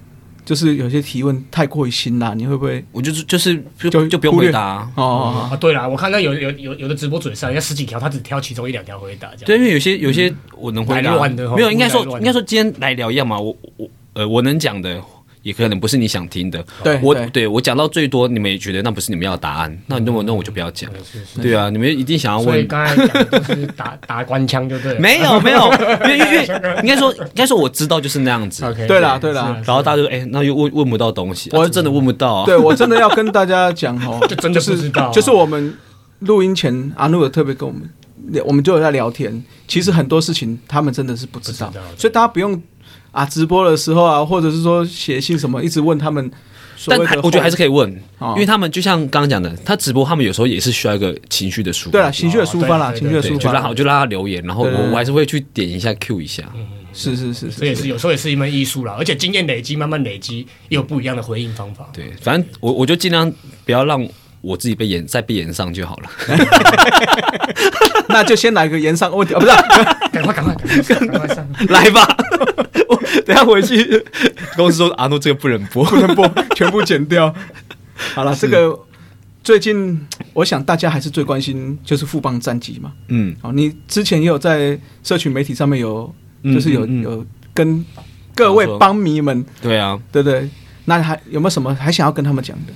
Speaker 2: 就是有些提问太过于辛辣，你会不会？
Speaker 3: 我就是就是
Speaker 2: 就
Speaker 3: 就就不用
Speaker 2: 忽略
Speaker 3: 回答啊。
Speaker 2: 哦哦，哦
Speaker 1: 啊，对啦，我看到有有有有的直播嘴上要十几条，他只挑其中一两条回答，这样。
Speaker 3: 对，因为有些有些
Speaker 2: 嗯
Speaker 3: 我能回
Speaker 1: 来
Speaker 3: 答
Speaker 1: 乱的，哦
Speaker 3: 没有应该说
Speaker 1: 来乱的
Speaker 3: 应该说今天来聊一样嘛。我我呃，我能讲的也可能不是你想听的。
Speaker 2: 对
Speaker 3: 我
Speaker 2: 对嗯
Speaker 3: 对我讲到最多，你们也觉得那不是你们要的答案，那那我那我就不要讲。
Speaker 1: 是是。
Speaker 3: 对啊，你们一定想要
Speaker 1: 所以
Speaker 3: 问。
Speaker 1: 刚才讲的都是打 打官腔就对了。
Speaker 3: 没有 没有，因为因为因为应该说应该说我知道就是那样子。啊
Speaker 1: OK，
Speaker 2: 对啦对啦
Speaker 1: 是啊
Speaker 3: 然后大家就哎、那又问问不到东西，
Speaker 2: 我
Speaker 3: 我、真的问不到啊。
Speaker 2: 哦对我真的要跟大家讲哦，
Speaker 1: 就真的不知道啊
Speaker 2: 就是，就是我们录音前，阿努有特别跟我们，我们就有在聊天。其实很多事情他们真的是不知道，
Speaker 1: 不知道对
Speaker 2: 所以大家不用啊，直播的时候啊，或者是说写信什么，一直问他们所
Speaker 3: 但
Speaker 2: 谓的后。
Speaker 3: 还我觉得还是可以问，
Speaker 2: 哦
Speaker 3: 因为他们就像刚刚讲的，他直播他们有时候也是需要一个情绪的抒发。
Speaker 2: 对了，啊情绪的抒发啦，
Speaker 1: 哦对
Speaker 2: 情绪的
Speaker 1: 对
Speaker 3: 对，
Speaker 2: 抒
Speaker 3: 就
Speaker 2: 发
Speaker 3: 让
Speaker 2: 啦
Speaker 3: 他，就让他留言，然后
Speaker 2: 对对对嗯
Speaker 3: 我我还是会去点一下 Q 一下。
Speaker 2: 是是是
Speaker 1: 这也
Speaker 2: 是，
Speaker 1: 是有时候也是一门艺术啦，而且经验累积，慢慢累积，也有不一样的回应方法。
Speaker 3: 对，反正我我就尽量不要让我自己被演再被演上就好了。
Speaker 2: 那就先来个延上问题啊，不是啊
Speaker 1: 赶快赶快赶快上赶快上！
Speaker 3: 来吧， 我等一下回去公司说阿诺这个不能播。
Speaker 2: 不能播，全部 剪掉。好了，这个最近我想大家还是最关心就是富邦战绩嘛。
Speaker 3: 嗯，
Speaker 2: 哦，你之前也有在社群媒体上面有，
Speaker 3: 嗯
Speaker 2: 就是有、
Speaker 3: 嗯嗯
Speaker 2: 有跟各位邦迷们，
Speaker 3: 对啊，
Speaker 2: 对不对？那还有没有什么还想要跟他们讲的？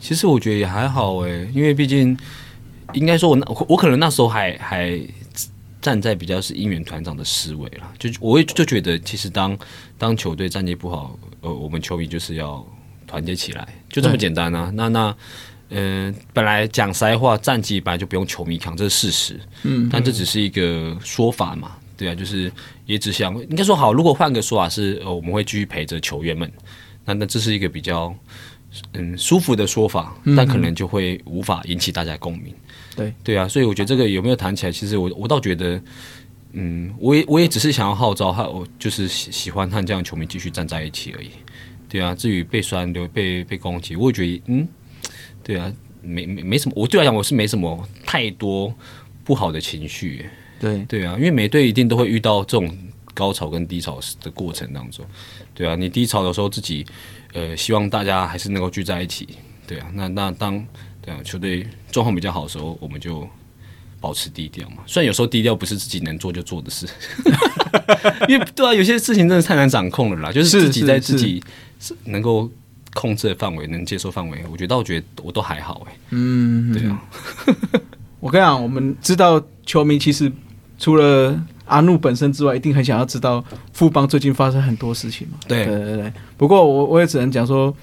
Speaker 3: 其实我觉得也还好哎、因为毕竟应该说我那我可能那时候还还站在比较是应援团长的思维啦，就我会就觉得其实当当球队战绩不好，呃，我们球迷就是要团结起来，就这么简单啊。那那。嗯、本来讲实在话，战绩本来就不用球迷扛，这是事实。嗯，但这只是一个说法嘛，对啊，就是也只想应该说好，如果换个说法是，呃，我们会继续陪着球员们，那那这是一个比较嗯舒服的说法，但可能就会无法引起大家共鸣。
Speaker 2: 对
Speaker 3: 对啊，所以我觉得这个有没有谈起来，其实我我倒觉得，嗯，我也我也只是想要号召和我就是喜喜欢和这样的球迷继续站在一起而已。对啊，至于被酸流被被攻击，我也觉得嗯，对啊，没没没什么，我对我来讲我是没什么太多不好的情绪耶。
Speaker 2: 对，
Speaker 3: 对啊，因为每队一定都会遇到这种高潮跟低潮的过程当中，对啊，你低潮的时候自己，呃，希望大家还是能够聚在一起，对啊，那那当对啊球队状况比较好的时候，我们就保持低调嘛。虽然有时候低调不是自己能做就做 的事，因为对啊，有些事情真的太难掌控了啦，就是
Speaker 2: 是
Speaker 3: 自己在
Speaker 2: 是
Speaker 3: 自己是能够控制的范围、能接受范围，我觉得我觉得我都还好哎、
Speaker 2: 嗯，
Speaker 3: 对啊，
Speaker 2: 我跟你讲，我们知道球迷其实除了阿怒本身之外，一定很想要知道富邦最近发生很多事情嘛。
Speaker 3: 对
Speaker 2: 对对对。不过我我也只能讲说，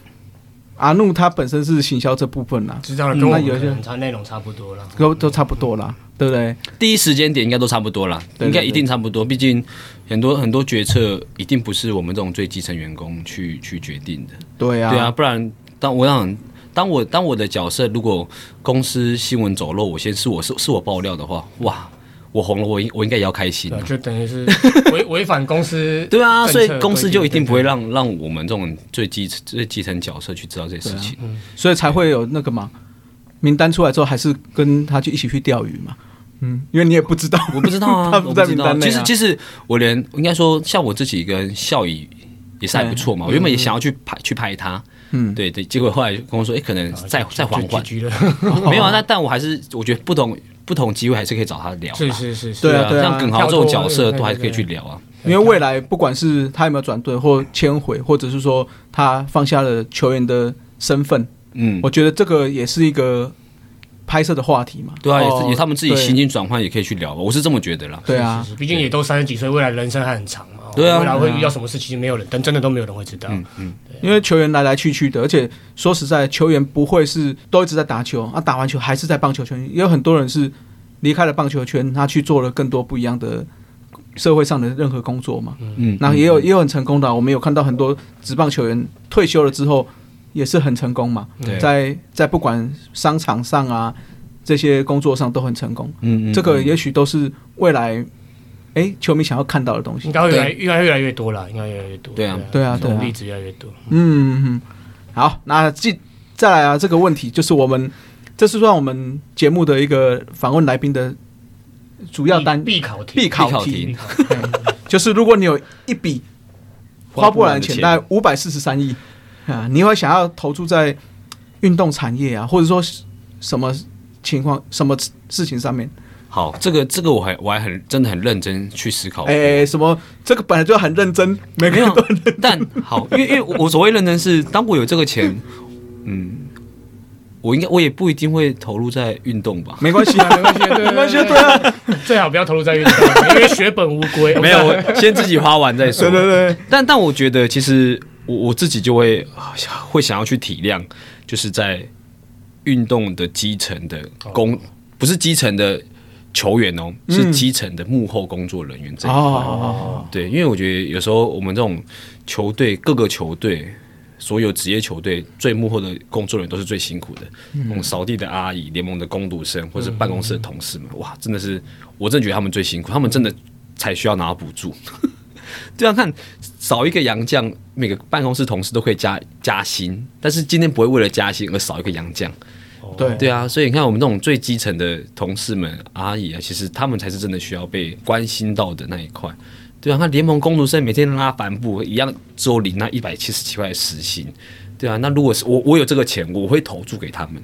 Speaker 2: 阿怒他本身是行销这部分啦，
Speaker 1: 知道了，跟我
Speaker 2: 嗯那有
Speaker 1: 们
Speaker 2: 些
Speaker 1: 可能差内容差不多了。
Speaker 2: 都都差不多啦，对不对？
Speaker 3: 第一时间点应该都差不多啦，
Speaker 2: 对对
Speaker 3: 应该
Speaker 2: 对
Speaker 3: 一定差不多。毕竟很多很多决策一定不是我们这种最基层员工去去决定的，
Speaker 2: 对啊，
Speaker 3: 对啊，，不然当我想。当我当我的角色，如果公司新闻走漏，我先是我是是我爆料的话，哇，我红了，我应我应该也要开心、
Speaker 1: 对
Speaker 3: 啊
Speaker 1: 啊，。就等于 是违违反公司
Speaker 3: 对啊，所以
Speaker 1: 政策
Speaker 3: 公司就一定不会
Speaker 1: 对
Speaker 3: 让让我们这种最基最基层角色去知道这些事情。
Speaker 2: 所以才会有那个嘛，名单出来之后，还是跟他去一起去钓鱼嘛。嗯，因为你也不知道，
Speaker 3: 我不知道 啊，
Speaker 2: 他
Speaker 3: 我
Speaker 2: 不
Speaker 3: 不
Speaker 2: 在
Speaker 3: 知
Speaker 2: 名
Speaker 3: 道
Speaker 2: 单内、啊。
Speaker 3: 其实其实我连应该说，像我自己跟笑宇也是还不错嘛。我原本也想要去拍去拍他，
Speaker 2: 嗯，哦
Speaker 3: 对对，结果后来跟我说，哎，可能再再缓
Speaker 1: 就
Speaker 3: 缓，
Speaker 1: GG 了，
Speaker 3: 没有啊。那但我还是我觉得不同不同机会还是可以找他聊啦，
Speaker 1: 是是是是，
Speaker 2: 对啊
Speaker 3: 对像耿豪这种角
Speaker 1: 跳
Speaker 3: 色
Speaker 1: 脱
Speaker 3: 都还是可以去聊啊。
Speaker 2: 因为未来不管是他有没有转队或迁回，或者是说他放下了球员的身份，
Speaker 3: 嗯，
Speaker 2: 我觉得这个也是一个拍摄的话题嘛。
Speaker 3: 对啊，也
Speaker 2: 哦
Speaker 3: 是也他们自己
Speaker 2: 对
Speaker 3: 心境转换也可以去聊吧，我是这么觉得啦。
Speaker 2: 对啊
Speaker 1: 是，是毕竟也都三十几岁，未来人生还很长嘛。
Speaker 3: 对啊
Speaker 1: 未来会遇到什么事情，没有人，但真的都没有人会知道。
Speaker 3: 嗯嗯，
Speaker 2: 因为球员来来去去的，而且说实在，球员不会是都一直在打球啊，打完球还是在棒球圈，也有很多人是离开了棒球圈，他去做了更多不一样的社会上的任何工作嘛。
Speaker 3: 嗯，
Speaker 2: 那也有也有很成功的啊、我们有看到很多职棒球员退休了之后也是很成功嘛，
Speaker 3: 对
Speaker 2: 在在不管商场上啊这些工作上都很成功，
Speaker 3: 嗯嗯
Speaker 2: 这个也许都是未来哎球迷想要看到的东西
Speaker 1: 应。该会越来
Speaker 3: 对
Speaker 1: 越来越来越多了，应该越来越多。
Speaker 3: 对啊
Speaker 2: 对啊对啊
Speaker 1: 这种例子越来越多。
Speaker 2: 嗯，嗯嗯好，那继再来啊，这个问题就是我们这是算我们节目的一个访问来宾的主要单
Speaker 1: 必必考题，
Speaker 2: 必考
Speaker 3: 考
Speaker 2: 题
Speaker 3: 题，
Speaker 2: 就是如果你有一笔花不完的钱，
Speaker 3: 花不完的钱
Speaker 2: 大概五百四十三亿啊，你会想要投注在运动产业啊，或者说什么情况、什么事情上面？
Speaker 3: 好，这个这个我还我还很真的很认真去思考过。
Speaker 2: 哎、什么？这个本来就很认真，每个
Speaker 3: 没
Speaker 2: 人
Speaker 3: 有
Speaker 2: 都，
Speaker 3: 但好，因为因为我所谓认真是，当我有这个 钱，嗯，我应该我也不一定会投入在运动吧。
Speaker 2: 没关系 啊，没关系啊，没关系啊，对啊，
Speaker 1: 最好不要投入在运动，因为血本无归。
Speaker 3: 没有，我先自己花完再 说。
Speaker 2: 对对对，
Speaker 3: 但但我觉得，其实我我自己就会啊会想要去体谅，就是在运动的基层的工，不是基层的球员哦，是基层的幕后工作人员这一块。
Speaker 2: 哦，
Speaker 3: 对，因为我觉得有时候我们这种球队，各个球队，所有职业球队最幕后的工作人员都是最辛苦的，那种扫地的阿姨、联盟的工读生或者是办公室的同事们，哇，真的是，我真的觉得他们最辛苦，他们真的才需要拿到补助。 对啊，看少一个洋将，每个办公室同事都可以加加薪，但是今天不会为了加薪而少一个洋将。
Speaker 1: 哦
Speaker 2: 对
Speaker 3: 对啊，所以你看我们这种最基层的同事们、阿姨啊，其实他们才是真的需要被关心到的那一块。对啊，那联盟工读生每天拉帆布一样，只有领那一百七十七块的时薪。对啊，那如果是我我有这个钱，我会投注给他们。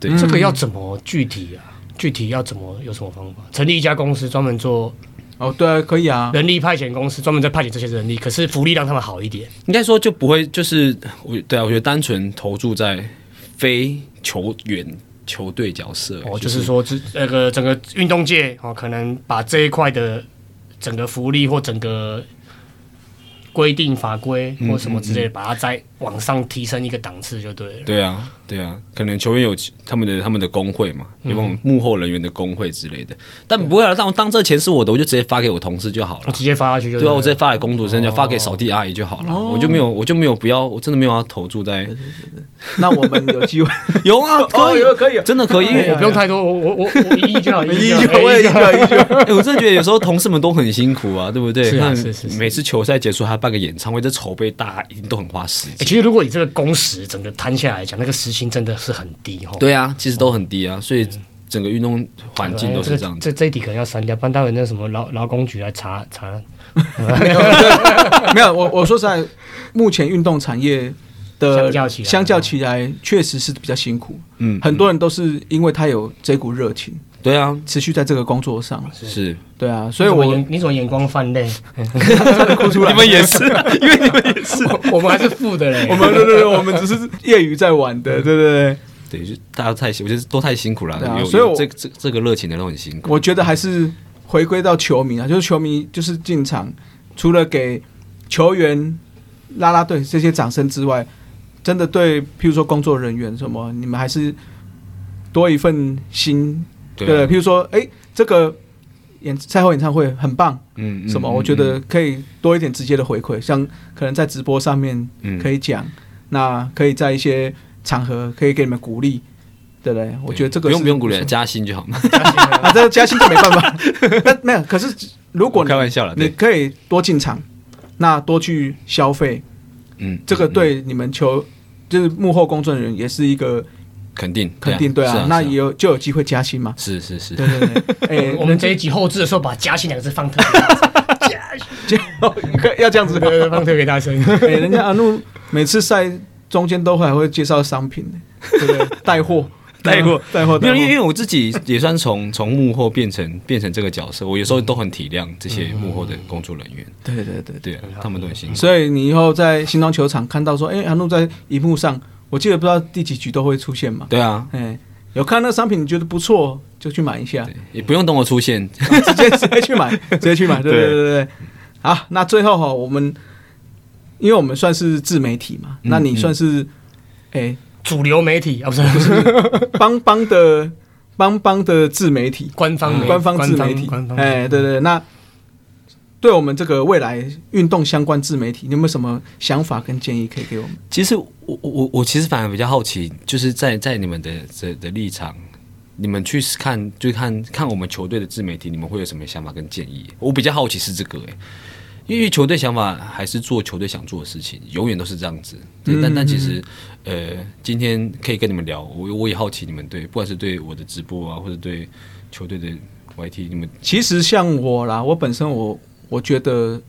Speaker 3: 对，
Speaker 1: 这个要怎么具体啊？具体要怎么有什么方法？成立一家公司专门做
Speaker 2: 哦，对啊，可以啊，
Speaker 1: 人力派遣公司，专门在派遣这些人力，可是福利让他们好一点。
Speaker 3: 应该说就不会就是我对啊，我觉得单纯投注在非球员球队角色，
Speaker 1: 哦，就是说这那个整个运动界哦，可能把这一块的整个福利或整个规定法规或什么之类的，把它再往上提升一个档次就对了。
Speaker 3: 对啊，对啊，可能球员有他们的他们的工会嘛，有那种幕后人员的工会之类的。但不会啊，当当这钱是我的，我就直接发给我同事就好
Speaker 1: 我
Speaker 3: 了。
Speaker 1: 直接发下去就
Speaker 3: 对啊，我
Speaker 1: 了
Speaker 3: 直接发给工读生，就发给扫地阿姨就好了。我就没有，我就没有不要，我真的没有要投注在。
Speaker 2: 那我们有 机会，
Speaker 3: 有啊，可以，
Speaker 2: 哦有 可以有
Speaker 3: 真的可以。因为
Speaker 1: 我不用太多，我我我我啊一亿 就好，一
Speaker 2: 有
Speaker 1: 亿就好，
Speaker 2: 我
Speaker 1: 一
Speaker 2: 也
Speaker 1: 亿就好。
Speaker 2: 有一 句，
Speaker 3: 哎、我真的觉得有时候同事们都很辛苦啊，对不对？
Speaker 1: 是啊
Speaker 3: 那
Speaker 1: 是是是
Speaker 3: 每次球赛结束还要办个演唱会，这筹备大家一定都很花时
Speaker 1: 欸
Speaker 3: 间。
Speaker 1: 其实如果你这个工时整个摊下来讲，那个时薪真的是很低哦哈。
Speaker 3: 对啊，其实都很低啊，所以整个运动环境都是这样子。
Speaker 1: 哎这这一题可能要删掉，不然待会那什么劳劳工局来查查。
Speaker 2: 没有我我说实在，目前运动产业
Speaker 1: 相
Speaker 2: 的
Speaker 1: 较起来
Speaker 2: 相较起来，确实是比较辛苦。
Speaker 3: 嗯，
Speaker 2: 很多人都是因为他有这股热情，
Speaker 3: 对啊，
Speaker 2: 持续在这个工作上。
Speaker 3: 是。
Speaker 2: 对啊，所以我
Speaker 1: 你怎么眼你怎么眼光泛 泪？
Speaker 2: 哭出来。
Speaker 3: 你们也是，因为你们也是。
Speaker 1: 我们还是负的嘞。
Speaker 2: 我们对对对，我们只是业余在玩的，对对对。
Speaker 3: 对，就大家太辛，我觉得都太辛苦了。
Speaker 2: 对啊
Speaker 3: 有
Speaker 2: 所以
Speaker 3: 有
Speaker 2: 我
Speaker 3: 这这这个热情的都很辛苦。
Speaker 2: 我觉得还是回归到球迷啊，就是球迷就是进场，除了给球员、啦啦队这些掌声之外，真的对，譬如说工作人员什么，你们还是多一份心。对
Speaker 3: 对啊，
Speaker 2: 譬如说，哎、这个演赛后演唱会很棒，
Speaker 3: 嗯嗯
Speaker 2: 什么，
Speaker 3: 嗯
Speaker 2: 我觉得可以多一点直接的回馈，像可能在直播上面
Speaker 3: 嗯
Speaker 2: 可以讲，那可以在一些场合可以给你们鼓励，对不对？我觉得这个
Speaker 3: 不用
Speaker 2: 是
Speaker 3: 不用鼓励，加薪就好 嘛。
Speaker 2: 啊，这个加薪就没办法。 但没有，可是如果
Speaker 3: 我
Speaker 2: 你
Speaker 3: 开玩笑了，
Speaker 2: 你
Speaker 3: 对，
Speaker 2: 可以多进场，那多去消费，
Speaker 3: 嗯，
Speaker 2: 这个
Speaker 3: 嗯
Speaker 2: 对你们球就是幕后工作人员也是一个
Speaker 3: 肯定
Speaker 2: 肯定，对
Speaker 3: 是
Speaker 2: 啊，那也有就有机会加薪嘛。
Speaker 3: 是是是，
Speaker 2: 对对 对，哎，
Speaker 1: 我们这一集后置的时候，把“加薪”两个字放特别大声，加薪。
Speaker 2: 可 以要这样子
Speaker 1: 对放特别大声。
Speaker 2: 哎，人家阿怒每次赛中间都还会介绍商品，对不对？带货，嗯
Speaker 3: 带货
Speaker 2: 带货，
Speaker 3: 没
Speaker 2: 带
Speaker 3: 有，因为因
Speaker 2: 货。
Speaker 3: 为我自己也算从 从幕后变成变成这个角色，我有时候
Speaker 2: 嗯
Speaker 3: 都很体谅这些幕后的工作人员，
Speaker 2: 对对对嗯对。
Speaker 3: 对啊，他们都很辛苦。
Speaker 2: 所以你以后在新庄球场看到说，哎，阿怒在荧幕上，我记得不知道第几局都会出现嘛。
Speaker 3: 对啊，
Speaker 2: 哎，有看那商品你觉得不错，就去买一下，
Speaker 3: 也不用等我出现，
Speaker 2: 直接直接去买，直接去买，对对对对对。好，那最后哈，我们因为我们算是自媒体嘛，
Speaker 3: 嗯
Speaker 2: 那你算是哎
Speaker 1: 主流媒体啊，不 是
Speaker 2: 邦邦的邦邦的自媒体，
Speaker 1: 嗯官方媒体
Speaker 2: 嗯官方自媒体
Speaker 1: 官方，
Speaker 2: 哎，对对对，那。对我们这个未来运动相关自媒体，你有没有什么想法跟建议可以给我们？
Speaker 3: 其实我我我我其实反而比较好奇，就是在在你们的的的立场，你们去看就看看我们球队的自媒体，你们会有什么想法跟建议？我比较好奇是这个、欸，因为球队想法还是做球队想做的事情，永远都是这样子。对，但但其实，呃，今天可以跟你们聊，我我也好奇你们对，不管是对我的直播啊，或者对球队的 YT，你们
Speaker 2: 其实像我啦，我本身我我觉得，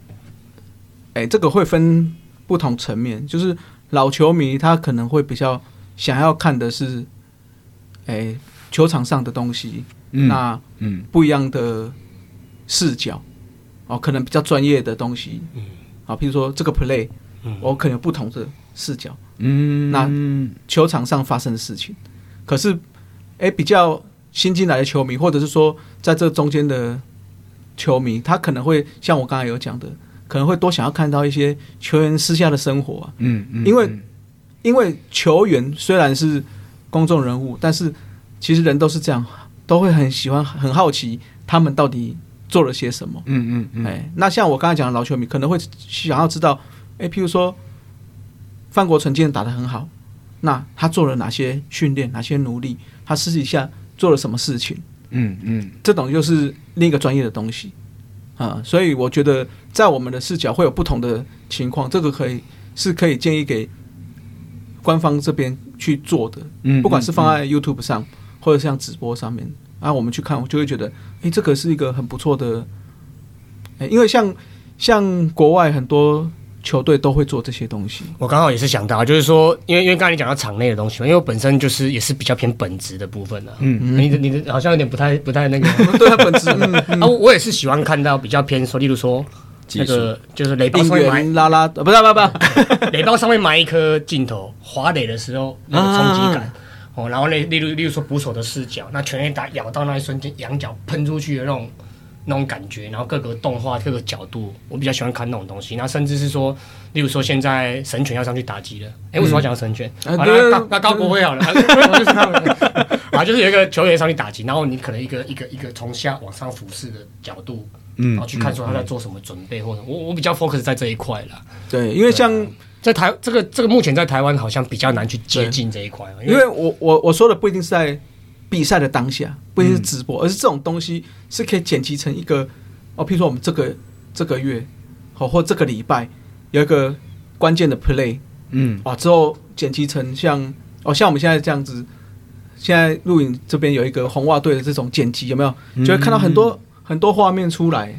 Speaker 2: 哎、这个会分不同层面，就是老球迷他可能会比较想要看的是，哎、球场上的东西，
Speaker 3: 嗯
Speaker 2: 那
Speaker 3: 嗯
Speaker 2: 不一样的视角，哦，可能比较专业的东西，嗯，啊，譬如说这个 play，、我可能有不同的视角，
Speaker 3: 嗯，
Speaker 2: 那球场上发生的事情。可是，哎、比较新进来的球迷，或者是说在这中间的球迷，他可能会像我刚才有讲的，可能会多想要看到一些球员私下的生活啊。
Speaker 3: 嗯嗯，
Speaker 2: 因为因为球员虽然是公众人物，但是其实人都是这样，都会很喜欢、很好奇他们到底做了些什么。
Speaker 3: 嗯嗯嗯，
Speaker 2: 哎、那像我刚才讲的老球迷，可能会想要知道，哎、譬如说范国成今天打得很好，那他做了哪些训练，哪些努力，他私底下做了什么事情，
Speaker 3: 嗯嗯
Speaker 2: 这种就是另一个专业的东西啊、所以我觉得在我们的视角会有不同的情况，这个可以是可以建议给官方这边去做的，
Speaker 3: 嗯，
Speaker 2: 不管是
Speaker 3: 方
Speaker 2: 放
Speaker 3: 案。
Speaker 2: 在 YouTube 上，或者像直播上面，啊，我们去看，我就会觉得，哎、这个是一个很不错的，哎、因为像像国外很多球队都会做这些东 西，
Speaker 1: 我刚好也是想到，啊就是说，因为因为刚才你讲到场内的东西嘛，因为我本身就是也是比较偏本职的部分的、嗯，你的你 的好像有点不太不太那个。
Speaker 2: 对啊，本质，嗯，
Speaker 1: 啊，我也是喜欢看到比较偏说，例如说
Speaker 3: 技
Speaker 1: 那
Speaker 3: 术。
Speaker 1: 个就是垒包
Speaker 2: 应
Speaker 1: 上面埋
Speaker 2: 援拉拉，呃不是不是不 是，
Speaker 1: 垒包上面埋一颗镜头，滑垒的时候那个冲击
Speaker 2: 啊
Speaker 1: 感。哦，然后例例如例如说捕手的视角，那全垒打咬到那一瞬间，仰角喷出去的那种那种感觉，然后各个动画各个角度，我比较喜欢看那种东西。那甚至是说，例如说现在神犬要上去打击了，哎，为什么要讲神犬？
Speaker 2: 嗯
Speaker 1: 好，
Speaker 2: 对
Speaker 1: 那高那高国辉 好了，啊就是他们啊，就是有一个球员上去打击，然后你可能一个一个一个从下往上俯视的角度，
Speaker 2: 嗯
Speaker 1: 然后去看说他在做什么准备，或者我我比较 focus 在这一块啦。
Speaker 2: 对，因为像
Speaker 1: 在台这个这个目前在台湾好像比较难去接近这一块，哦
Speaker 2: 因为我我我说的不一定是在比赛的当下，不一定是直播，而是这种东西是可以剪辑成一个哦，譬如说我们这个这个月，哦或这个礼拜有一个关键的 play，
Speaker 3: 嗯，
Speaker 2: 啊之后剪辑成像哦像我们现在这样子，现在录影这边有一个红袜队的这种剪辑，有没有？就会看到很多、很多画面出来，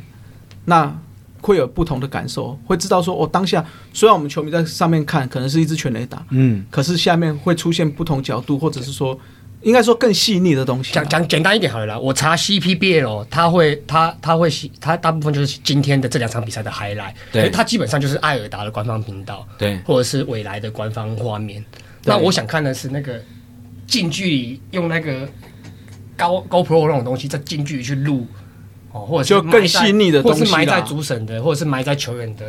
Speaker 2: 那会有不同的感受，会知道说哦当下虽然我们球迷在上面看可能是一支全垒打，
Speaker 3: 嗯，
Speaker 2: 可是下面会出现不同角度，或者是说，应该说更细腻的东西啊。
Speaker 1: 讲讲简单一点好了啦，我查 CPBL，他会他他会他大部分就是今天的这两场比赛的 highlight，
Speaker 3: 对
Speaker 1: 可是他基本上就是艾尔达的官方频道，
Speaker 3: 对
Speaker 1: 或者是未来的官方画面。
Speaker 2: 嗯对
Speaker 1: 那我想看的是那个近距离用那个高高 Pro 那种东西，在近距离去录。哦，或者是
Speaker 2: 就更
Speaker 1: 埋在
Speaker 2: 细腻的
Speaker 1: 或者
Speaker 2: 东
Speaker 1: 是
Speaker 2: 西啦
Speaker 1: 埋在主审的，或者是埋在球员的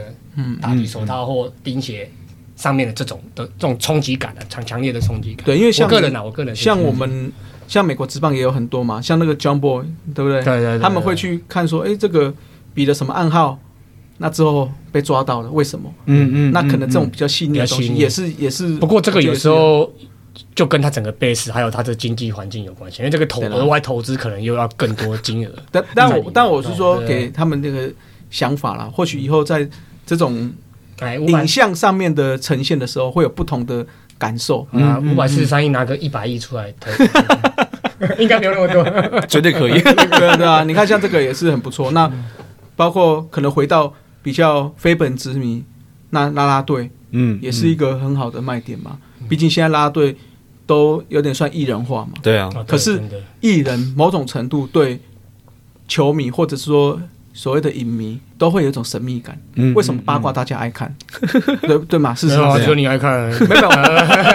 Speaker 1: 打底手
Speaker 2: 嗯
Speaker 1: 套或钉鞋上面的这种的这种冲击感啊，强强烈的冲击感。
Speaker 2: 对因为像
Speaker 1: 我个人啊，我个人是
Speaker 2: 像我们，像美国职棒也有很多嘛，像那个 John Boy，对不对？
Speaker 1: 对对对对
Speaker 2: 他们会去看说，哎，这个比的什么暗号，那之后被抓到了，为什么？
Speaker 3: 嗯
Speaker 2: 那可能这种比较细腻的东
Speaker 1: 比较细
Speaker 2: 西，
Speaker 1: 腻
Speaker 2: 也是也是。
Speaker 1: 不过这个有时候就跟他整个 base 还有他的经济环境有关系，因为这个投
Speaker 2: 对啦
Speaker 1: 额外投资可能又要更多金 额。
Speaker 2: 但但
Speaker 1: 在里
Speaker 2: 我
Speaker 1: 面
Speaker 2: 但我是说
Speaker 1: 对
Speaker 2: 给他们那个想法啦，或许以后在这种
Speaker 1: 哎，五百
Speaker 2: 影像上面的呈现的时候，会有不同的感受。
Speaker 1: 啊，五百四十三亿拿个一百亿出来投， 应该没有那么多。
Speaker 3: 嗯绝对可以。
Speaker 2: 对啊，对啊，你看像这个也是很不错。
Speaker 1: 嗯
Speaker 2: 那包括可能回到比较非本之迷，那啦啦队
Speaker 3: 嗯，
Speaker 2: 也是一个很好的卖点嘛。
Speaker 1: 嗯
Speaker 2: 毕竟现在啦啦队都有点算艺人化嘛，
Speaker 3: 对啊，
Speaker 1: 哦对
Speaker 2: 可是
Speaker 1: 真的
Speaker 2: 艺人某种程度对球迷或者是说所谓的影迷都会有一种神秘感。
Speaker 3: 嗯
Speaker 2: 为什么八卦大家爱看？对 对嘛，是
Speaker 1: 没
Speaker 2: 是
Speaker 1: 有啊
Speaker 2: 是
Speaker 1: 嗯只。有啊你爱看，
Speaker 2: 没有，没 有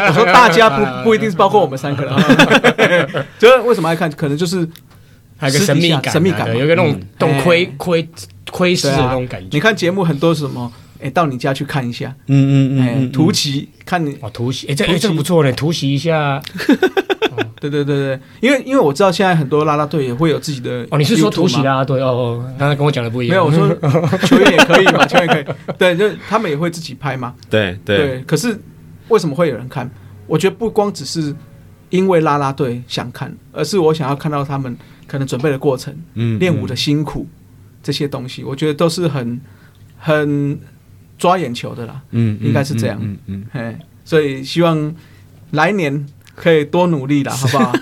Speaker 2: 我说大家不不一定是包括我们三个 人，就是为什么爱看，可能就是
Speaker 1: 还有个神秘
Speaker 2: 私底
Speaker 1: 感啊，
Speaker 2: 下神秘感嘛
Speaker 1: 对有一个那种懂窥窥窥视
Speaker 2: 对
Speaker 1: 的
Speaker 2: 啊
Speaker 1: 那种感觉。
Speaker 2: 你看节目很多是什么，哎，到你家去看一下，
Speaker 3: 嗯
Speaker 2: 哎、图奇看你，
Speaker 1: 哦，突袭，哎，这哎
Speaker 2: 突袭
Speaker 1: 这个不错呢，突袭一下。
Speaker 2: 对对对对，因为因为我知道现在很多啦啦队也会有自己的 YouTube 嘛。
Speaker 1: 哦，你是说突袭啦？对哦哦，刚才跟我讲的不一
Speaker 3: 啊
Speaker 2: 没
Speaker 1: 样。
Speaker 2: 有，我说 球员也可以嘛，球员也可以，对，就他们也会自己拍嘛。
Speaker 3: 对对，
Speaker 2: 对，可是为什么会有人看？我觉得不光只是因为啦啦队想看，而是我想要看到他们可能准备的过程、
Speaker 3: 嗯
Speaker 2: 练舞的辛苦这些东西，我觉得都是很很抓眼球的啦。
Speaker 3: 嗯
Speaker 2: 应该是这样
Speaker 3: 嗯嗯，
Speaker 2: 嘿，所以希望来年可以多努力啦， 好不好？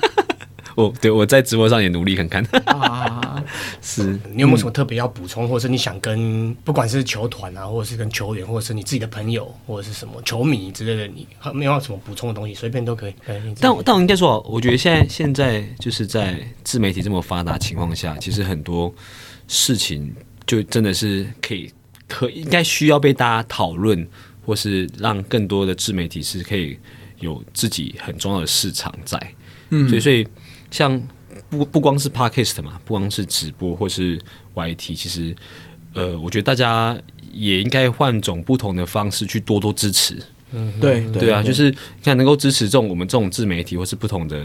Speaker 3: 我对我在直播上也努力看看，
Speaker 2: 啊，
Speaker 3: 是
Speaker 1: 你有没有什么特别要补充，或者是你想跟不管是球团啊，或者是跟球员，或者是你自己的朋友，或者是什么球迷之类的，你还没有什么补充的东西，随便都可以。哎你自己
Speaker 3: 但但我应该说，我觉得现在现在就是在自媒体这么发达情况下，其实很多事情就真的是可以可应该需要被大家讨论，或是让更多的自媒体是可以有自己很重要的市场在。
Speaker 2: 嗯
Speaker 3: 所以所以像不不光是 podcast 嘛，不光是直播或是 YT，其实呃，我觉得大家也应该换种不同的方式去多多支持。
Speaker 2: 对对
Speaker 3: 对啊，就是你看能够支持这种我们这种自媒体或是不同的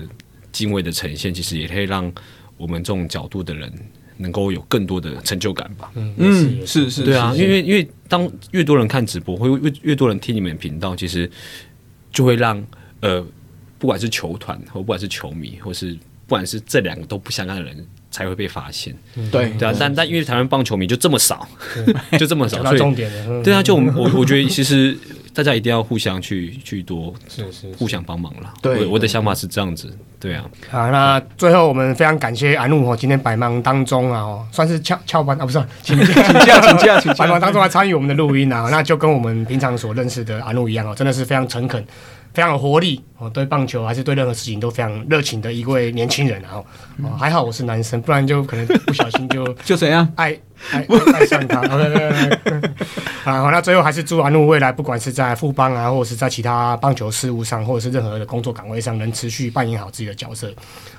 Speaker 3: 敬畏的呈现，其实也可以让我们这种角度的人能够有更多的成就感吧。嗯，
Speaker 2: 嗯，是是，
Speaker 3: 对啊，因为因为当越多人看直播，会越越多人听你们频道，其实就会让呃，不管是球团或不管是球迷，或是不管是这两个都不相干的人。才会被发现，
Speaker 2: 对
Speaker 3: 对啊，但但因为台湾棒球迷就这么少， 就这么少，
Speaker 1: 讲
Speaker 3: 所
Speaker 1: 到
Speaker 3: 以
Speaker 1: 重点了。嗯
Speaker 3: 对啊，就我们我我觉得其实大家一定要互相去去多
Speaker 1: 是是
Speaker 3: 互相帮忙啦。
Speaker 2: 对哎
Speaker 3: 我我的想法是这样子，对啊，
Speaker 1: 好，那最后我们非常感谢安路哦，今天百忙当中啊，哦，算是翘翘班啊，不是，请假
Speaker 2: 请假请假请
Speaker 1: 百忙
Speaker 2: 假，
Speaker 1: 当中来参与我们的录音啊，那就跟我们平常所认识的安路一样哦，真的是非常诚恳。非常有活力哦，对棒球还是对任何事情都非常热情的一位年轻人啊、哦哦。还好我是男生，不然就可能不小心就
Speaker 2: 就怎样？
Speaker 1: 爱爱爱上他。好对对对对啊，好，那最后还是祝安路未来不管是在富邦啊，或者是在其他棒球事务上，或者是任何的工作岗位上，能持续扮演好自己的角色，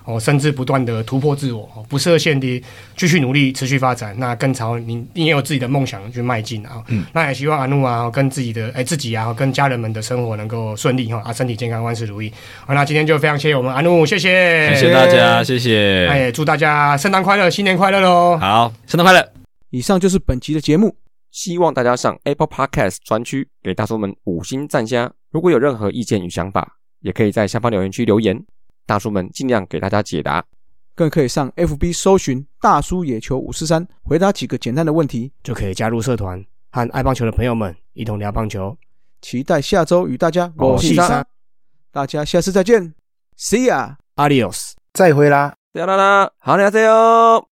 Speaker 1: 哦，甚至不断的突破自我，哦不设限的继续努力，持续发展。那更朝你你也有自己的梦想去迈进啊。哦那也希望安路啊，跟自己的哎自己啊，跟家人们的生活能够顺利哈、哦，啊，身体健康，万事如意。好，那今天就非常谢谢我们安路，谢谢，
Speaker 3: 感谢大家，谢谢。
Speaker 1: 那
Speaker 2: 哎
Speaker 1: 也祝大家圣诞快乐，新年快乐喽！
Speaker 3: 好，圣诞快乐！
Speaker 2: 以上就是本集的节目。
Speaker 4: 希望大家上 Apple Podcast 专区给大叔们五星赞加。如果有任何意见与想法，也可以在下方留言区留言，大叔们尽量给大家解答。
Speaker 2: 更可以上 FB 搜寻“大叔野球五四三”，回答几个简单的问题。
Speaker 1: 就可以加入社团，和爱棒球的朋友们一同聊棒球。
Speaker 2: 期待下周与大家
Speaker 4: 我是三，
Speaker 2: 大家下次再见，See ya。
Speaker 1: Adios。
Speaker 5: 再回啦。
Speaker 4: 啦啦啦，好，你好，加油！